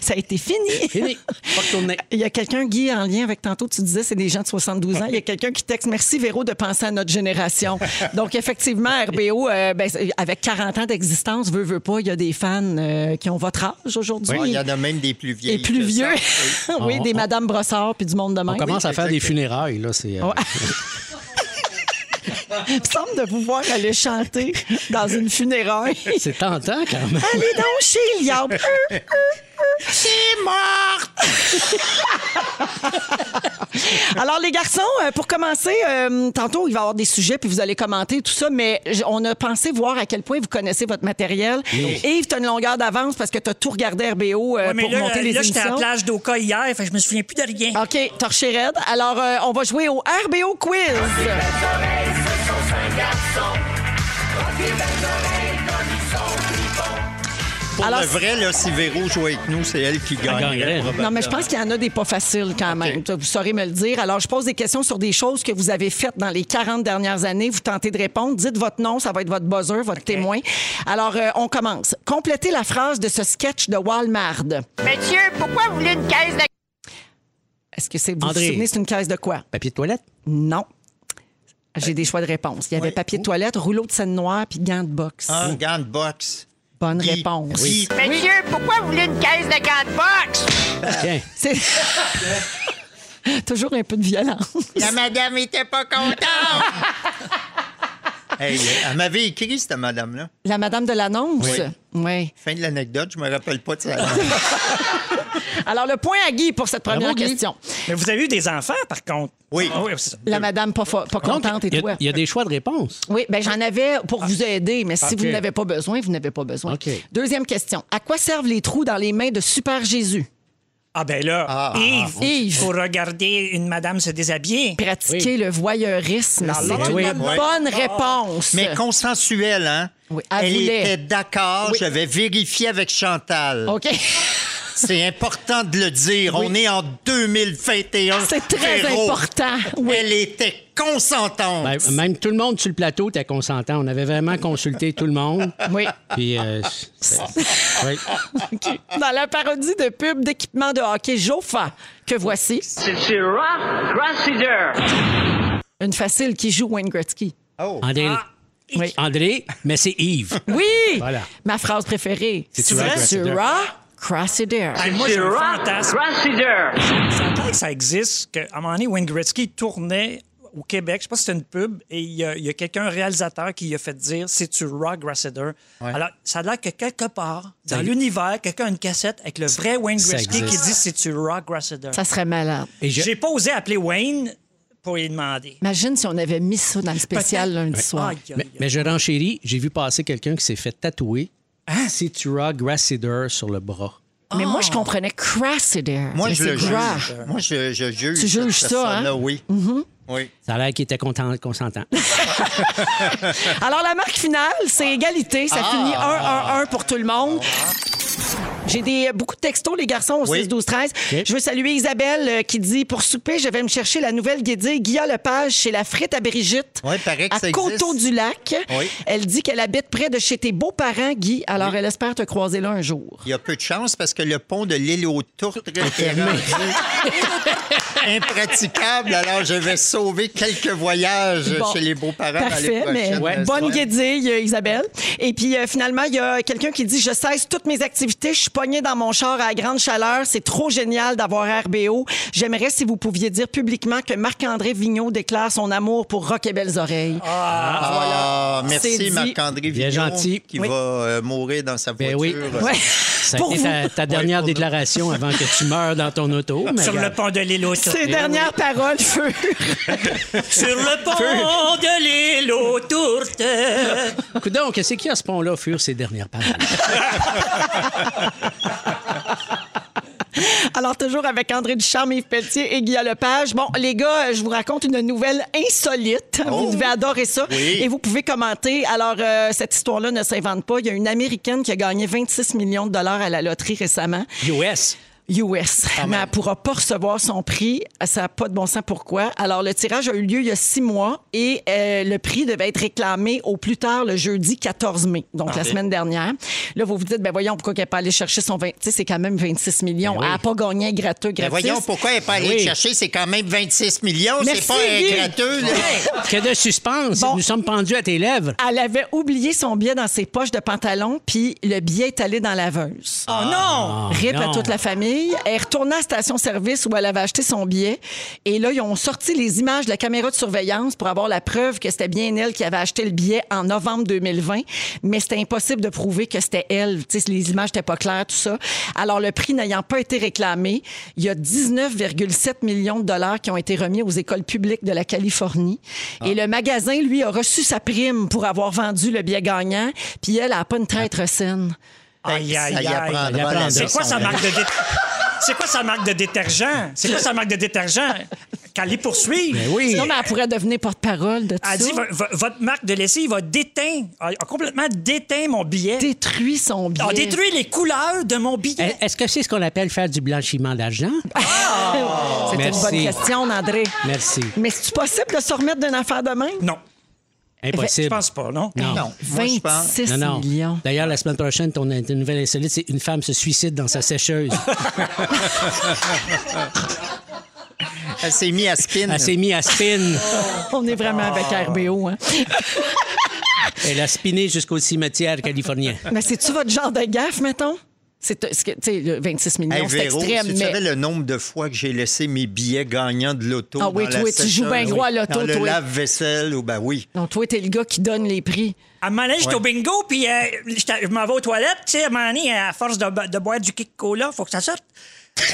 ça a été fini. Fini. Pas retourné. Il y a quelqu'un, Guy, en lien avec tantôt, tu disais, c'est des gens de 72 ans. Il y a quelqu'un qui texte Merci Véro de penser à notre génération. Donc, effectivement, RBO, euh, ben, c'est- avec 40 ans d'existence, veut, veut pas, il y a des fans euh, qui ont votre âge aujourd'hui. Ouais, Il y en a même des plus vieilles. Et plus que ça. vieux. <laughs> oui, On- des on- Madame Brossard puis du monde de même. On commence à faire des funérailles, là. C'est, euh, Ouais. Il me semble de pouvoir aller chanter dans une funéraille. c'est tentant, quand même. Allez donc chez <laughs> Euh, Liard. euh. C'est mort! <laughs> Alors, les garçons, euh, pour commencer, euh, tantôt, il va y avoir des sujets, puis vous allez commenter tout ça, mais j- on a pensé voir à quel point vous connaissez votre matériel. Yves, tu as une longueur d'avance parce que tu as tout regardé RBO euh, Ouais, mais pour là, monter là, les j'étais à la émissions. plage d'Oka hier, fait que je me souviens plus de rien. OK, torché raide. Alors, euh, on va jouer au RBO Quiz. Pour Alors, le vrai, là, si Véro joue avec nous, c'est elle qui gagnerait. gagne. Non, mais je pense qu'il y en a des pas faciles quand même. Ça, Vous saurez me le dire. Alors, je pose des questions sur des choses que vous avez faites dans les 40 dernières années. Vous tentez de répondre. Dites votre nom, ça va être votre buzzer, votre témoin. Alors, euh, on commence. Complétez la phrase de ce sketch de Walmart. Monsieur, pourquoi vous voulez une caisse de... Est-ce que c'est vous, vous André. souvenez, c'est une caisse de quoi? Papier de toilette? Non. J'ai des choix de réponse. Il y avait papier Oh. de toilette, rouleau de scène noire, puis gants de boxe. Ah. Un gant de boxe. Bonne Guy. réponse. Guy. Monsieur, pourquoi vous voulez une caisse de gants de boxe? Tiens. Euh, C'est... <laughs> Toujours un peu de violence. La madame était pas contente. <laughs> Hey, elle m'avait écrit, cette madame-là. La madame de l'annonce. oui. Fin de l'anecdote, je me rappelle pas <laughs> de ça. Alors, le point à Guy pour cette première Bravo, Guy. question. Mais vous avez eu des enfants, par contre. Oui. Ah c'est ça. La madame pas, fo- pas Donc, contente il y et a- toi. Il y a des choix de réponse. Oui, ben j'en avais pour vous aider, mais si OK. vous n'avez pas besoin, vous n'avez pas besoin. OK. Deuxième question. À quoi servent les trous dans les mains de Super Jésus? Ah, Oh. ben là, Ah, Yves, ah, Yves. faut regarder une madame se déshabiller. Pratiquer Oui. le voyeurisme. C'est ben une oui. bonne réponse. Mais consensuelle, hein? Oui, elle elle voulait. était d'accord, je vais vérifier avec Chantal. OK. C'est important de le dire. On est en 2021. C'est très Véro. important. Oui. Elle était consentante. Ben, même tout le monde sur le plateau était consentant. On avait vraiment consulté tout le monde. Oui. Puis, euh, c'est- <laughs> oui. <laughs> OK. Dans la parodie de pub d'équipement de hockey Jofa, que voici. C'est Ross Grassider. Une facile qui joue Wayne Gretzky. Oh. André, Ah, Oui. André, mais c'est Yves. Oui! Voilà. Ma phrase préférée. C'est vrai? Syrah Cressider. Ah, moi, j'ai un fantasme. Ça a l'air que ça existe, qu'à un moment donné, Wayne Gretzky tournait au Québec, je sais pas si c'était une pub, et il y a, il y a quelqu'un, un réalisateur, qui lui a fait dire C'est-tu Rock Grasseder Ouais. Alors, ça a l'air que quelque part, dans Ça- l'univers, quelqu'un a une cassette avec le vrai Wayne Ça Gretzky qui existe. dit C'est-tu Rock Grasseder Ça serait malade. Et je- J'ai pas osé appeler Wayne pour lui demander. Imagine si on avait mis ça dans le spécial Peut-être. lundi Ouais. soir. Aïe, Mais, mais je renchéris, j'ai vu passer quelqu'un qui s'est fait tatouer Hein? Citura Grassider sur le bras. Mais moi, je comprenais Crassider. Ah. Moi, Mais je c'est le juge. Crash. Euh, Moi, je, je juge. Tu juges cette ça, hein? personne-là, Oui. Mhm. Oui. Ça a l'air qu'il était content, consentant. <laughs> Alors, la marque finale, c'est égalité. Ça Ah. finit 1-1-1 pour tout le monde. J'ai des, beaucoup de textos, les garçons, au 6-12-13. Je veux saluer Isabelle euh, qui dit Pour souper, je vais me chercher la nouvelle guédille Guilla Lepage chez la frite à Brigitte, Oui, paraît que à ça existe. Coteau-du-Lac. Oui. Elle dit qu'elle habite près de chez tes beaux-parents, Guy. Alors, elle espère te croiser là un jour. Il y a peu de chance parce que le pont de l'île aux Tourtes est fermé. rendu <laughs> impraticable. Alors, je vais sauver quelques voyages Bon. chez les beaux-parents dans les Parfait, mais prochaines semaines. bonne guédille, euh, Isabelle. Et puis euh, finalement, il y a quelqu'un qui dit Je cesse toutes mes activités, je suis pogné dans mon char à la grande chaleur, c'est trop génial d'avoir RBO. J'aimerais si vous pouviez dire publiquement que Marc-André Vigneault déclare son amour pour Rock et Belles Oreilles. Ah, Voilà. C'est merci dit. Marc-André Bien Vignon gentil. qui Oui. va euh, mourir dans sa voiture. Ouais. Ben <laughs> Ça a été ta, ta dernière déclaration avant que tu meures dans ton auto. Oh Eh mais Sur le regarde. pont de l'île aux Ces Tourtes. dernières paroles, feu. <laughs> Sur le pont de l'île aux Tourtes. Coudon, qu'est-ce qu'il y a à ce pont-là, furent ces dernières <laughs> paroles? Alors, toujours avec André Ducharme, Yves Pelletier et Guy Lepage. Bon, les gars, euh, je vous raconte une nouvelle insolite. Vous devez adorer ça. Oui. Et vous pouvez commenter. Alors, euh, cette histoire-là ne s'invente pas. Il y a une Américaine qui a gagné 26 millions de dollars à la loterie récemment. US. US. Mais elle ne pourra pas recevoir son prix. Ça n'a pas de bon sens pourquoi. Alors, le tirage a eu lieu il y a six mois et euh, le prix devait être réclamé au plus tard le jeudi 14 mai, donc Ah. la semaine dernière. Là, vous vous dites, ben voyons, pourquoi elle n'est pas allée chercher son 20... Tu sais, c'est quand même 26 millions. Elle n'a pas gagné un gratteux Mais gratis. Ben voyons pourquoi elle n'est pas allée le chercher. C'est quand même 26 millions. Merci, C'est pas Guy. un gratteux. là. <laughs> <laughs> que de suspense. Nous sommes pendus à tes lèvres. Elle avait oublié son billet dans ses poches de pantalon, puis le billet est allé dans la veuse. Oh non! RIP à non. toute la famille. Elle est retournée à la station-service où elle avait acheté son billet. Et là, ils ont sorti les images de la caméra de surveillance pour avoir la preuve que c'était bien elle qui avait acheté le billet en novembre 2020. Mais c'était impossible de prouver que c'était elle. Tu sais, les images n'étaient pas claires, tout ça. Alors, le prix n'ayant pas été réclamé, il y a 19,7 millions de dollars qui ont été remis aux écoles publiques de la Californie. Et le magasin, lui, a reçu sa prime pour avoir vendu le billet gagnant. Puis elle n'a pas une traître saine. Aïe, aïe, Ça y aïe. apprendra la leçon. C'est quoi sa marque de dé- C'est quoi sa marque de détergent? C'est quoi sa marque de détergent? Qu'elle les poursuive. Sinon, mais elle pourrait devenir porte-parole de tout Elle dit ça. vo- vo- votre marque de lessive a déteint, a, a complètement déteint mon billet. Détruit son billet. A détruit les couleurs de mon billet. Est-ce que c'est ce qu'on appelle faire du blanchiment d'argent? Oh, Ah! <laughs> C'est une Merci. bonne question, André. Merci. Mais c'est-tu possible de se remettre d'une affaire de même? Non. Eh, Impossible. Eh ben, Je pense pas, non? Non. Non. Moi, je pense- 26 millions. D'ailleurs, la semaine prochaine, ton une nouvelle insolite, c'est une femme se suicide dans sa <laughs> sécheuse. Elle s'est mise à spin. Ah. Elle s'est mise à spin. <laughs> On est vraiment avec RBO. Hein? Elle a spiné jusqu'au cimetière californien. Mais c'est-tu votre genre de gaffe, mettons? C'est, c'est que, tu sais, le 26 millions, Hey, c'est Véro, extrême, si tu mais... savais le nombre de fois que j'ai laissé mes billets gagnants de l'auto. Ah oui, dans la toi, tu joues sécheuse, bien gros à oui, l'auto, Dans le toi. lave-vaisselle, ou ben oui. Non, toi, t'es le gars qui donne les prix. À un moment donné, j'étais Ouais. au bingo, puis euh, j'étais- je m'en vais aux toilettes. Tu sais, à un moment donné, à force de, bo- de boire du Kik-Cola, faut que ça sorte.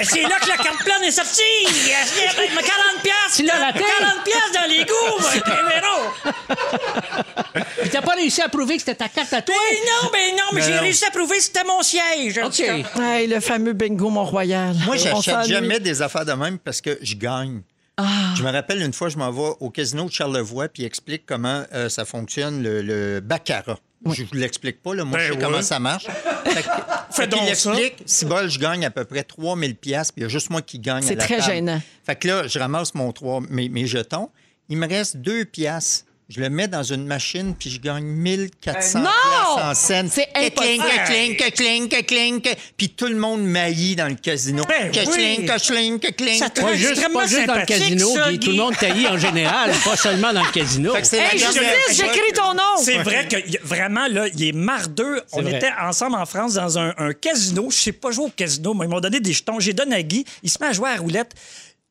Et C'est là que la carte pleine est sortie! Elle m'a 40 piastres! Tu l'as raté. 40 piastres dans les goûts, moi, Véro! Puis t'as pas réussi à prouver que c'était ta carte à toi? Mais non, mais non, mais Mais j'ai non. réussi à prouver que c'était mon siège. en tout cas. Hey, le fameux bingo Mont-Royal. Moi, On j'achète s'ennuie. jamais des affaires de même parce que je gagne. Ah. Je me rappelle une fois, je m'en vais au casino de Charlevoix puis explique comment euh, ça fonctionne le, le baccarat. Je vous l'explique pas, là. moi je sais Ben oui. comment ça marche. <laughs> Fait que- fait qu'il donc ça. l'explique, si bol, je gagne à peu près 3000 pièces, puis il y a juste moi qui gagne. à C'est la très table. gênant. Fait que là, je ramasse mon 3, mes, mes jetons. Il me reste 2 pièces. Je le mets dans une machine, puis je gagne 1400 Ben Euh, Non! piastres en scène. C'est Cling, impossible. cling, cling, cling, cling, cling. Puis tout le monde maillit dans le casino. Ben Que oui. cling, que cling, que cling. Ça te rend Pas juste- extrêmement pas juste dans le sympathique, casino, ça, puis tout le Guy. monde taillit en général, pas seulement dans le casino. Fait que c'est la Hey, dernière Justice, fois j'écris que- ton nom! C'est Ouais. vrai que y- vraiment, là, il est mardeux. On vrai. était ensemble en France dans un, un casino. Je sais pas jouer au casino, mais ils m'ont donné des jetons. J'ai donné à Guy. Il se met à jouer à la roulette.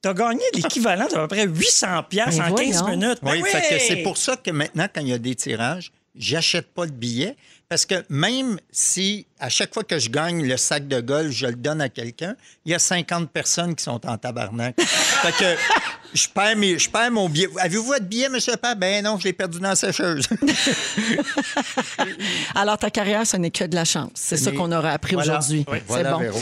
t'as gagné l'équivalent d'à peu près 800 pièces en 15 minutes. Oui, Ben fait que c'est pour ça que maintenant, quand il y a des tirages, j'achète pas de billets. Parce que même si à chaque fois que je gagne le sac de golf, je le donne à quelqu'un, il y a 50 personnes qui sont en <laughs> tabarnak. fait que je perds, mes- je perds mon billet. Avez-vous votre billet, M. Père? Ben non, je l'ai perdu dans la sécheuse. <laughs> Alors, ta carrière, ce n'est que de la chance. C'est ça Mais qu'on aura appris voilà. aujourd'hui. Oui, C'est voilà, bon. Véro.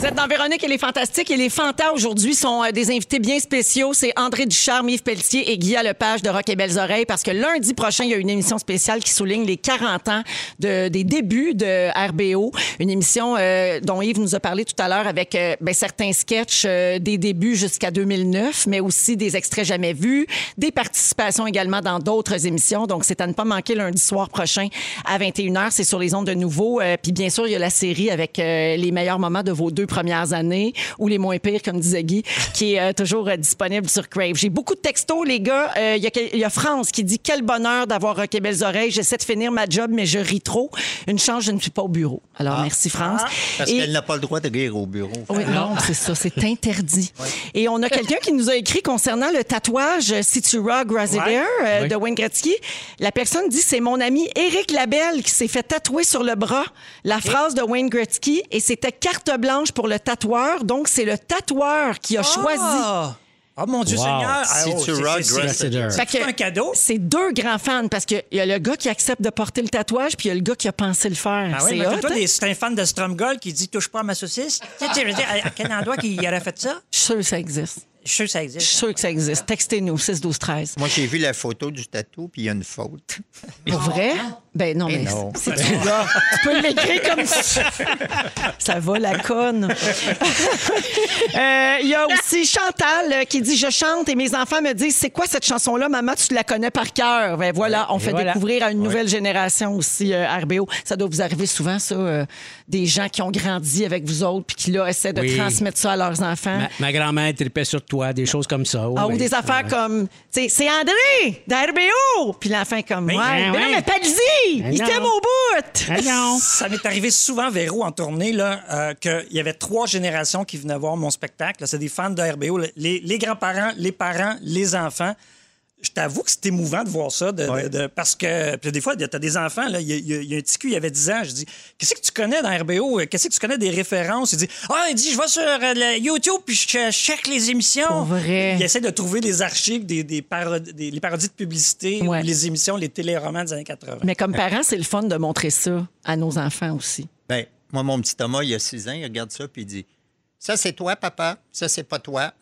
Vous êtes dans Véronique et les Fantastiques. Et les Fantas, aujourd'hui, sont euh, des invités bien spéciaux. C'est André Ducharme, Yves Pelletier et Guy Lepage de Rock et Belles Oreilles. Parce que lundi prochain, il y a une émission spéciale qui souligne les 40 ans de- des débuts de RBO. Une émission euh, dont Yves nous a parlé tout à l'heure avec euh, ben, certains sketchs euh, des débuts jusqu'à 2009, mais aussi des extraits jamais vus, des participations également dans d'autres émissions. Donc, c'est à ne pas manquer lundi soir prochain à 21h. C'est sur les ondes de nouveau. Euh, Puis, bien sûr, il y a la série avec euh, les meilleurs moments de vos deux premières années ou les moins pires, comme disait Guy, qui est euh, toujours euh, disponible sur Crave. J'ai beaucoup de textos, les gars. Euh, Il y a quel- il y, a France qui dit Quel bonheur d'avoir Rock et Belles Oreilles. J'essaie de finir ma job, mais je ris trop. Une chance, je ne suis pas au bureau. Alors, merci, France. Parce Et- qu'elle n'a pas le droit de rire au bureau. Hein? oui, non, c'est ça, <laughs> c'est interdit. Et on a quelqu'un qui nous a écrit concernant le tatouage euh, Si tu rock, Grassy Ouais. Bear euh, Oui. de Wayne Gretzky. La personne dit c'est mon ami Éric Labelle qui s'est fait tatouer sur le bras la phrase de Wayne Gretzky et c'était carte blanche pour le tatoueur. Donc c'est le tatoueur qui a choisi. Ah, mon Dieu Wow. Seigneur! Si oh, tu c'est- rock, c'est- c'est- Grassy c'est- Fait que C'est un cadeau. C'est deux grands fans parce qu'il y a le gars qui accepte de porter le tatouage puis il y a le gars qui a pensé le faire. Ah c'est oui, mais hot, quand toi, hein? des- c'est un fan de Stromgol qui dit touche pas à ma saucisse. Tu sais, je veux dire, à, à quel endroit qu'il aurait fait ça? Je suis sûr que ça existe. Je suis sûr que ça existe. Je suis sûr que ça existe. Textez-nous, 6 12 13 Moi, j'ai vu la photo du tatou, puis il y a une faute. <laughs> Pour vrai? Ben non, Eh mais non. c'est Ben tout. Tu peux l'écrire comme ça. Ça va, la conne. Euh, Il y a aussi Chantal euh, qui dit Je chante et mes enfants me disent C'est quoi cette chanson-là, maman Tu la connais par cœur. Ben voilà, on Et fait voilà. découvrir à une nouvelle génération aussi euh, RBO. Ça doit vous arriver souvent, ça, euh, des gens qui ont grandi avec vous autres puis qui, là, essaient de Oui. Ben, transmettre ça à leurs enfants. Ma, ma grand-mère tripait sur toi, des choses comme ça. Hein? Ah, oui. ou des affaires comme, tu sais, c'est André d'RBO! Puis l'enfant est comme, ouais, mais, ben non, ouais. mais Palsy! Ben il non. Hein? t'aime au bout! Ça m'est arrivé souvent, Véro, en tournée, là, euh, qu'il y avait trois générations qui venaient voir mon spectacle. C'est des fans de RBO, là. les, les grands-parents, les parents, les enfants. Je t'avoue que c'est émouvant de voir ça, de- de- de- parce que puis des fois, t'as des enfants, là, il y, a- il y a- il y a un petit cul, il avait 10 ans, je dis « Qu'est-ce que tu connais dans RBO? Qu'est-ce que tu connais des références? » Il dit « Ah, il dit, je vais sur euh, le YouTube, puis je che- check les émissions. » vrai. Il essaie de trouver les archives, des, des paro- des- les parodies de publicité, ou les émissions, les téléromans des années 80. Mais comme <laughs> parents, c'est le fun de montrer ça à nos enfants aussi. Ben, moi, mon petit Thomas, il a six ans, il regarde ça, puis il dit Ça, c'est toi, papa. Ça, c'est pas toi.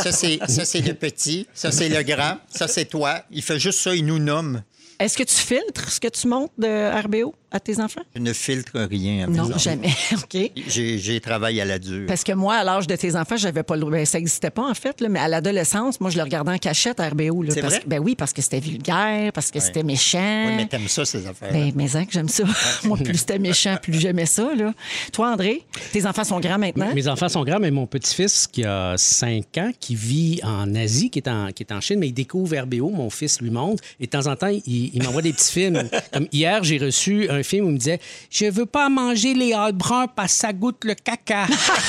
Ça, c'est ça, c'est le petit. Ça, c'est le grand. Ça, c'est toi. Il fait juste ça, il nous nomme. Est-ce que tu filtres ce que tu montres de RBO à tes enfants? Je ne filtre rien. à mes Non, enfants. jamais. <laughs> OK. J'ai j'ai travaillé à la dure. Parce que moi, à l'âge de tes enfants, j'avais pas le. ben, ça n'existait pas, en fait, là, mais à l'adolescence, moi, je le regardais en cachette à RBO. là, C'est parce vrai? que- ben oui, parce que c'était vulgaire, parce que c'était méchant. Oui, mais euh, t'aimes ça, ces affaires. Ben, mais hein, que j'aime ça. <laughs> Moi, plus c'était méchant, plus j'aimais ça. Là. Toi, André, tes enfants sont grands maintenant. Mes enfants sont grands, mais mon petit-fils qui a 5 ans, qui vit en Asie, qui est en, qui est en Chine, mais il découvre RBO, mon fils lui montre. Et de temps en temps, il, il m'envoie des petits <laughs> films. Comme hier, j'ai reçu un film où il me disait Je veux pas manger les hâtes bruns parce que ça goûte le caca. <laughs>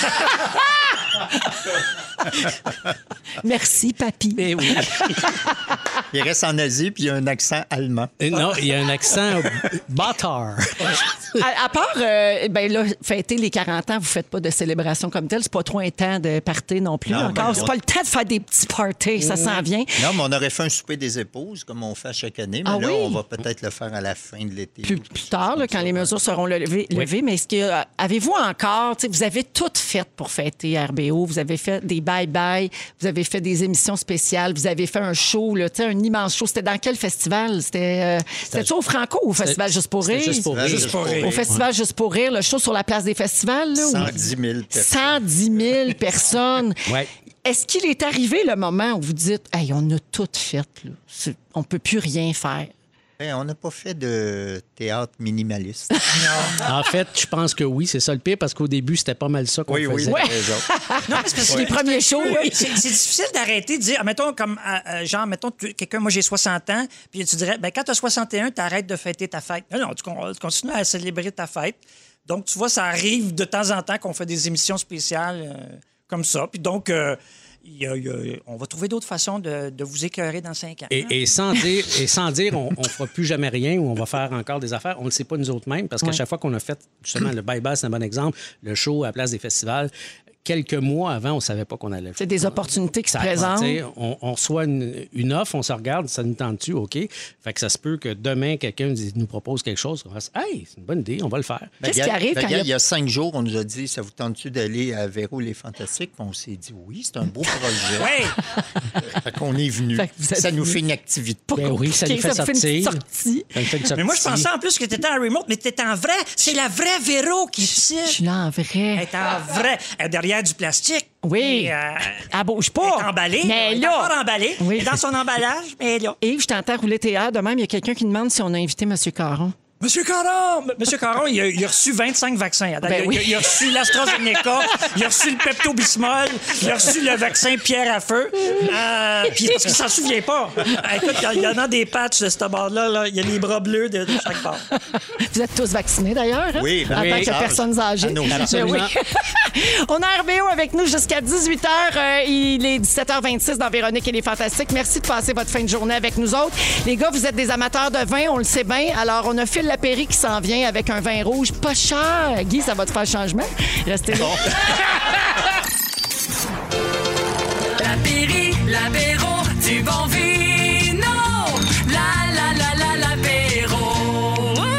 Merci, papy. Mais oui. Il reste en Asie, puis il a un accent allemand. Et non, il a un accent bâtard. À, à part, euh, ben là, fêter les 40 ans, vous faites pas de célébration comme telle. C'est pas trop un temps de party non plus. Non, ben encore, non. c'est pas le temps de faire des petits parties. Ça s'en vient. Non, mais on aurait fait un souper des épouses, comme on fait à chaque année, mais Ah là, oui? on va peut-être le faire à la fin de l'été. Plus, plus tard, là, quand les mesures seront levées, levées, mais est-ce que euh, avez-vous encore, tu sais, vous avez tout fait pour fêter RBO, vous avez fait des bye-bye, vous avez fait des émissions spéciales, vous avez fait un show, là, tu sais, un immense show. C'était dans quel festival? C'était euh, c'était au Franco ou au Festival Juste pour c'était rire? Juste pour rire. Juste pour rire. Au Festival Juste pour rire, le show sur la place des festivals. Là, où- 110 000 personnes. 110 <laughs> 000 personnes. Ouais. Est-ce qu'il est arrivé le moment où vous dites, hey, on a tout fait, là. C'est- on peut plus rien faire? Ben, on n'a pas fait de théâtre minimaliste. En fait, je pense que oui, c'est ça le pire, parce qu'au début, c'était pas mal ça qu'on Oui, oui, faisait. t'as raison. Non, parce que c'est Les premiers shows, Oui, C'est c'est difficile d'arrêter de dire, ah, mettons, comme, ah, euh, genre, mettons, tu- quelqu'un, moi j'ai 60 ans, puis tu dirais, ben, quand tu as 61, tu arrêtes de fêter ta fête. Non, non, tu, con- tu continues à célébrer ta fête. Donc, tu vois, ça arrive de temps en temps qu'on fait des émissions spéciales euh, comme ça. Puis donc, euh, il y a- il y a- on va trouver d'autres façons de, de vous écœurer dans Hein? cinq ans. Et, et sans dire, et sans dire on, on fera plus jamais rien ou on va faire encore des affaires, on ne le sait pas nous autres mêmes, parce qu'à Ouais. chaque fois qu'on a fait, justement, le bye-bye, c'est un bon exemple, le show à la place des festivals, quelques mois avant, on ne savait pas qu'on allait le C'est des opportunités qui se ça, présentent. tu sais, On, on reçoit une, une offre, on se regarde, ça nous tente-tu, OK? Fait que ça se peut que demain, quelqu'un nous dise- nous propose quelque chose. On va se hey, c'est une bonne idée, on va le faire. Regarde- regarde, Ben, il y a cinq jours, on nous a dit ça vous tente-tu d'aller à Véro les Fantastiques Puis On s'est dit oui, c'est un beau projet. <laughs> Fait qu'on est venu. Fait que vous êtes Ça nous venus. fait une activité. Ben oui, ça nous Ok, fait ça vous fait une sortir. petite sortie. Mais moi, je pensais en plus que t'étais en remote, mais t'étais en vrai. C'est la vraie Véro qui cite. Je suis là en vrai. Elle est en vrai. Elle est derrière du plastique. Oui. Et, euh, Elle bouge pas. Elle est emballée. Mais Elle est là. encore emballée. Elle est dans son <laughs> emballage, mais là. Yves, je t'entends rouler tes airs. De même, il y a quelqu'un qui demande si on a invité M. Caron. Monsieur Caron, M- Monsieur Caron, il a, il a reçu 25 vaccins. Attends, Ben il, a- oui. il a, il a reçu <laughs> l'AstraZeneca, il a reçu le Pepto-Bismol, il a reçu le vaccin Pierre à feu. Euh, puis parce qu'il s'en souvient pas. Euh, Écoute, il y en- il y en a des patchs de ce bord-là. là. Il y a les bras bleus de, de chaque bord. Vous êtes tous vaccinés d'ailleurs, hein? Oui, en oui. tant que Ah, personnes âgées. à nos Ben absolument. oui. <laughs> On a RBO avec nous jusqu'à 18h. il est 17h26 dans Véronique et les Fantastiques. Merci de passer votre fin de journée avec nous autres. Les gars, vous êtes des amateurs de vin, on le sait bien. Alors, on a Phil Lapéry qui s'en vient avec un vin rouge pas cher. Guy, ça va te faire changement. Restez là. <laughs> La Péri, l'apéro du bon vino. La la la la Oh! Oh! l'apéro.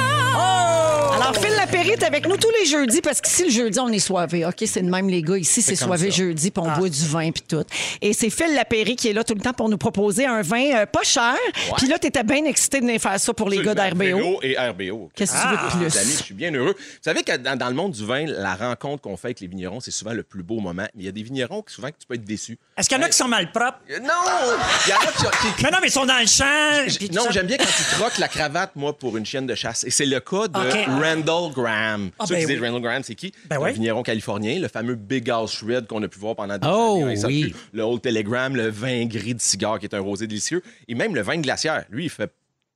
Alors, Phil Lapéry est avec nous tous les jeudis parce qu'ici, le jeudi, on est soivé. OK, c'est de même, les gars. Ici, c'est C'est comme soivé ça. jeudi, puis on Ah. boit du vin, puis tout. Et c'est Phil Lapéry qui est là tout le temps pour nous proposer un vin euh, pas cher. Puis là, t'étais bien excité de venir faire ça pour les gars d'RBO. Véro et RBO. Qu'est-ce que tu veux de plus? Mes Ah, amis, je suis bien heureux. Vous savez que dans, dans le monde du vin, la rencontre qu'on fait avec les vignerons, c'est souvent le plus beau moment. Mais il y a des vignerons qui souvent que tu peux être déçu. Euh, Est-ce qu'il y en a qui sont malpropres? Non! Il y en a qui sont- qui- Mais non, mais ils sont dans le champ. J- puis tout Non, ça. j'aime bien quand tu troques la cravate, moi, pour une chienne de chasse. Et c'est le cas de Ok. Randall Graham. Ah, Ceux ben qui disent oui. Randall Graham, c'est qui? Ben C'est oui. Un vigneron californien, le fameux Big House Red qu'on a pu voir pendant des Oh, années. à SAQ. oui. Le Old Telegram, le vin gris de cigare qui est un rosé délicieux. Et même le vin de glaciaire. Lui, il fait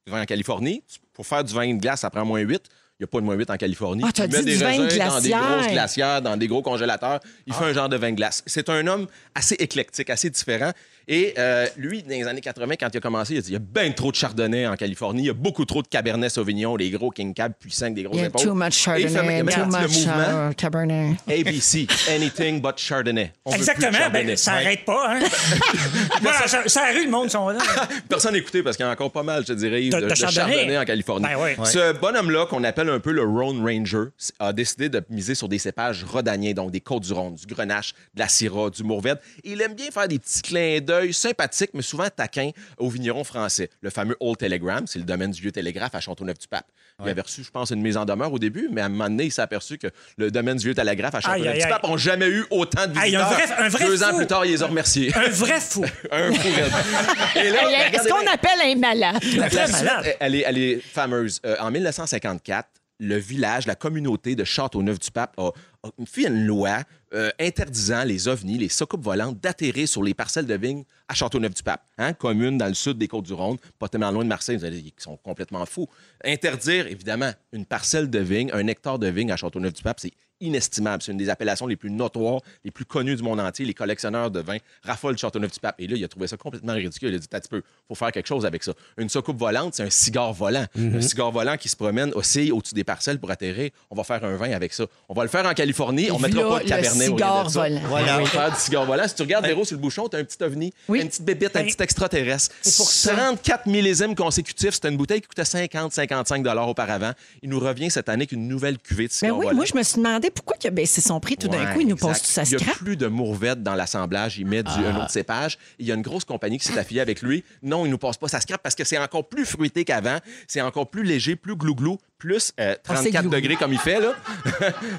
du vin en Californie. Pour faire du vin de glace, ça prend moins 8. Il n'y a pas de moins 8 en Californie. Ah, t'as il met dit des du vin raisins dans des glaciaire. grosses glacières, dans des gros congélateurs. Il Ah. fait un genre de vin de glace. C'est un homme assez éclectique, assez différent. Et euh, lui, dans les années 80, quand il a commencé, il a dit il y a bien trop de chardonnay en Californie, il y a beaucoup trop de cabernet sauvignon, des gros king cab puissants, avec des gros Il y a épaules. too much Et il fait- il Chardonnay, a too parti le much mouvement euh, Cabernet. ABC, <laughs> anything but chardonnay. On veut plus de Exactement. chardonnay. Ben, ça Ouais. n'arrête pas. Hein? <laughs> Voilà, ça, ça a rue, le monde. Sont là. <laughs> Personne n'a écouté parce qu'il y en a encore pas mal, je te dirais, Yves, De- de, de de Chardonnay. chardonnay. en Californie. Ben ouais. Ouais. Ce bonhomme-là, qu'on appelle un peu le Rhone Ranger, a décidé de miser sur des cépages rodaniens, donc des côtes du Rhône, du Grenache, de la Syrah, du Mourvèdre. Et Il aime bien faire des petits clins d'œil sympathiques, mais souvent taquins aux vignerons français. Le fameux Old Telegram, c'est le domaine du vieux télégraphe à Châteauneuf-du-Pape. Il avait reçu, je pense, une mise en demeure au début, mais à un moment donné, il s'est aperçu que le domaine du vieux télégraphe à Aïe, aïe, Châteauneuf-du-Pape aïe. n'a jamais eu autant de Aïe, un visiteurs. vrai- un vrai Deux ans fou. plus tard, il les a remerciés. Un vrai fou. <laughs> un fou. raide. <laughs> Et là, Hey, regardez Est-ce qu'on appelle un malade? la place, Elle est, elle est fameuse. Euh, en 1954, le village, la communauté de Châteauneuf-du-Pape a, a fait une loi euh, interdisant les ovnis, les soucoupes volantes, d'atterrir sur les parcelles de vignes à Châteauneuf-du-Pape, hein, commune dans le sud des Côtes-du-Rhône, pas tellement loin de Marseille. Vous allez, ils sont complètement fous. Interdire, évidemment, une parcelle de vigne, un hectare de vigne à Châteauneuf-du-Pape, c'est inestimable. C'est une des appellations les plus notoires, les plus connues du monde entier. Les collectionneurs de vins raffolent de Châteauneuf-du-Pape. Et là, il a trouvé ça complètement ridicule. Il a dit, t'as peu, faut faire quelque chose avec ça. Une soucoupe volante, c'est un cigare volant. Mm-hmm. Un cigare volant qui se promène, oscille au-dessus des parcelles pour atterrir. On va faire un vin avec ça. On va le faire en Californie. Et On mettra voilà pas de le cabernet au rien de cigare ça. volant. Voilà. Oui. On va faire du cigare volant. Si tu regardes, Ben- Véro, sur le bouchon, t'as un petit ovni, une petite bébite, un petit extraterrestre. C'est pour ça. 34 millésimes consécutifs. C'était une bouteille qui coûtait 50-55 auparavant. Il nous revient cette année qu'une nouvelle cuvée de Ben cigare oui, volant. moi, je me suis demandé pourquoi il a baissé son prix tout d'un Ouais, coup. Il nous exact. passe tout ça Il n'y a scrap. plus de mourvette dans l'assemblage. Il met du, un Ah. autre cépage. Il y a une grosse compagnie qui s'est affiliée avec lui. Non, il nous passe pas sa scrap parce que c'est encore plus fruité qu'avant. C'est encore plus léger, plus glouglou, plus euh, Ah, c'est 34 glou. degrés comme il <laughs> fait. là. Tu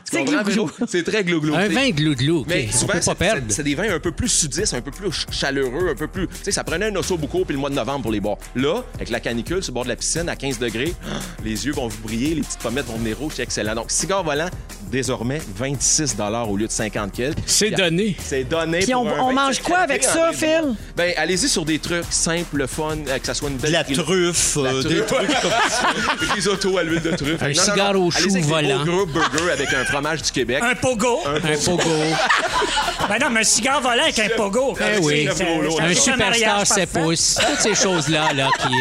C'est comprends, glou-glou. Véro? C'est très glouglou. Un t'sais. vin glou-glou, OK. Mais On souvent, peut pas c'est- perdre. c'est- c'est des vins un peu plus sudistes, un peu plus ch- chaleureux, un peu plus. Tu sais, ça prenait un osso bucco puis le mois de novembre pour les boire. Là, avec la canicule sur le bord de la piscine à 15 degrés, <gasps> les yeux vont vous briller, les petites pommettes vont venir rouges, c'est excellent. Donc, cigare volant, désormais 26 au lieu de 50 quelques. C'est donné. C'est donné. Puis pour on, un on vin mange de quoi avec qualité en ça, ligne. Phil? Ben, allez-y sur des trucs simples, fun, euh, que ça soit une belle. La truffe, euh, des trucs comme ça. <laughs> Des autos à l'huile de de truffes. Un Non, non, cigare non. au Allez-y chou avec des volant. beaux gros burgers avec un fromage du Québec. Un pogo. Un pogo. ben non, mais un cigare volant avec un pogo. Eh oui, C'est- c'est- un c'est superstar mariage 7 parfait. pouces. Toutes ces choses-là, là, qui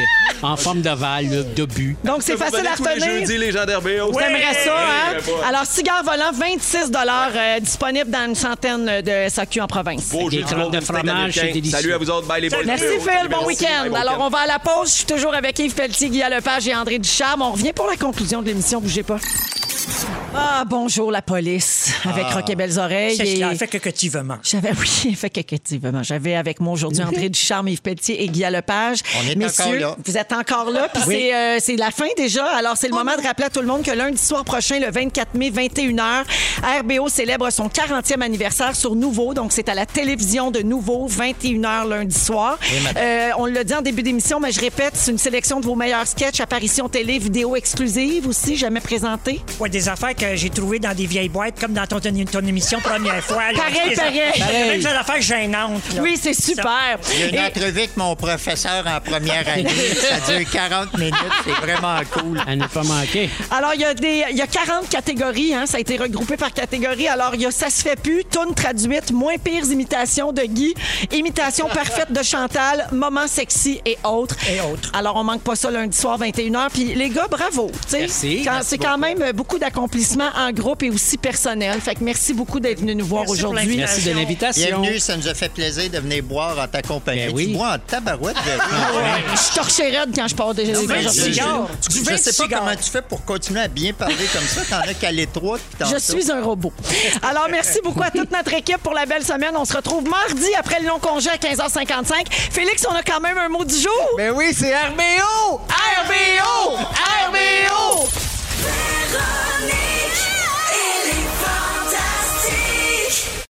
en forme d'ovale, là, de but. Donc, c'est Vous facile venez à tous les retenir. jeudis, les gens d'RBO. T'aimerais ça, hein? Eh, ben, Alors, cigare volant, 26 euh, disponible dans une centaine de SAQ en province. Beau jeu du bon de steak fromage, américain. c'est délicieux. Salut à vous autres. Bye les boys. Merci Phil, bon week-end. Alors on va à la pause. Je suis toujours avec Yves Pelletier, Guy Lepage et André Ducharme. On revient pour la conclusion de l'émission. Bougez pas. Ah, bonjour la police avec Ah. Rock et Belles Oreilles. C'est ce qu'il a et- fait que, que tu veux manger. J'avais, <laughs> oui, fait effectivement. J'avais avec moi aujourd'hui André Ducharme, Yves Pelletier et Guy Lepage. On est Messieurs, encore là. Vous êtes encore là, puis Oui. c'est, euh, c'est la fin déjà. Alors, c'est le Oh. moment de rappeler à tout le monde que lundi soir prochain, le 24 mai, 21h, RBO célèbre son 40e anniversaire sur Nouveau. Donc, c'est à la télévision de Nouveau, 21h lundi soir. Oui, madame. Euh, on l'a dit en début d'émission, mais je répète, c'est une sélection de vos meilleurs sketchs, apparitions télé, vidéos exclusives aussi, jamais présentées. Ouais, des affaires que j'ai trouvées dans des vieilles boîtes, comme dans ton, ton, ton émission première fois. là. Pareil, Des- pareil. J'avais Même des affaires gênantes. là. Oui, c'est super. Il y a une Et- entrevue avec mon professeur en première année. <laughs> Ça dure 40 minutes. C'est vraiment cool. Ah, Elle n'est pas manquée. Alors, il y, a des- il y a 40 catégories, hein, ça a été regroupé par catégorie. Alors, il y a Ça se fait plus, Toune traduite, Moins pires imitations de Guy, Imitation parfaite de Chantal, Moment sexy et autres. Et autres. Alors, on manque pas ça lundi soir, 21h. Puis, les gars, bravo. tu sais. Merci, Quand- merci C'est quand même euh, beaucoup d'accomplissements en groupe et aussi personnel. Fait que merci beaucoup d'être venu nous voir aujourd'hui. Bienvenue, ça nous a fait plaisir de venir boire en ta compagnie. Tu bois en tabarouette. Ben Ah Véronique. ouais, Je suis torchée raide quand je pars des Je- des- des- je- des- je- Je sais pas comment tu fais pour continuer à bien parler comme ça. T'en as calé trois. puis t'en Je as- suis un robot. Alors, merci beaucoup à toute notre équipe pour la belle semaine. On se retrouve mardi après le long congé à 15h55. Félix, on a quand même un mot du jour. Ben oui, c'est RBO! RBO!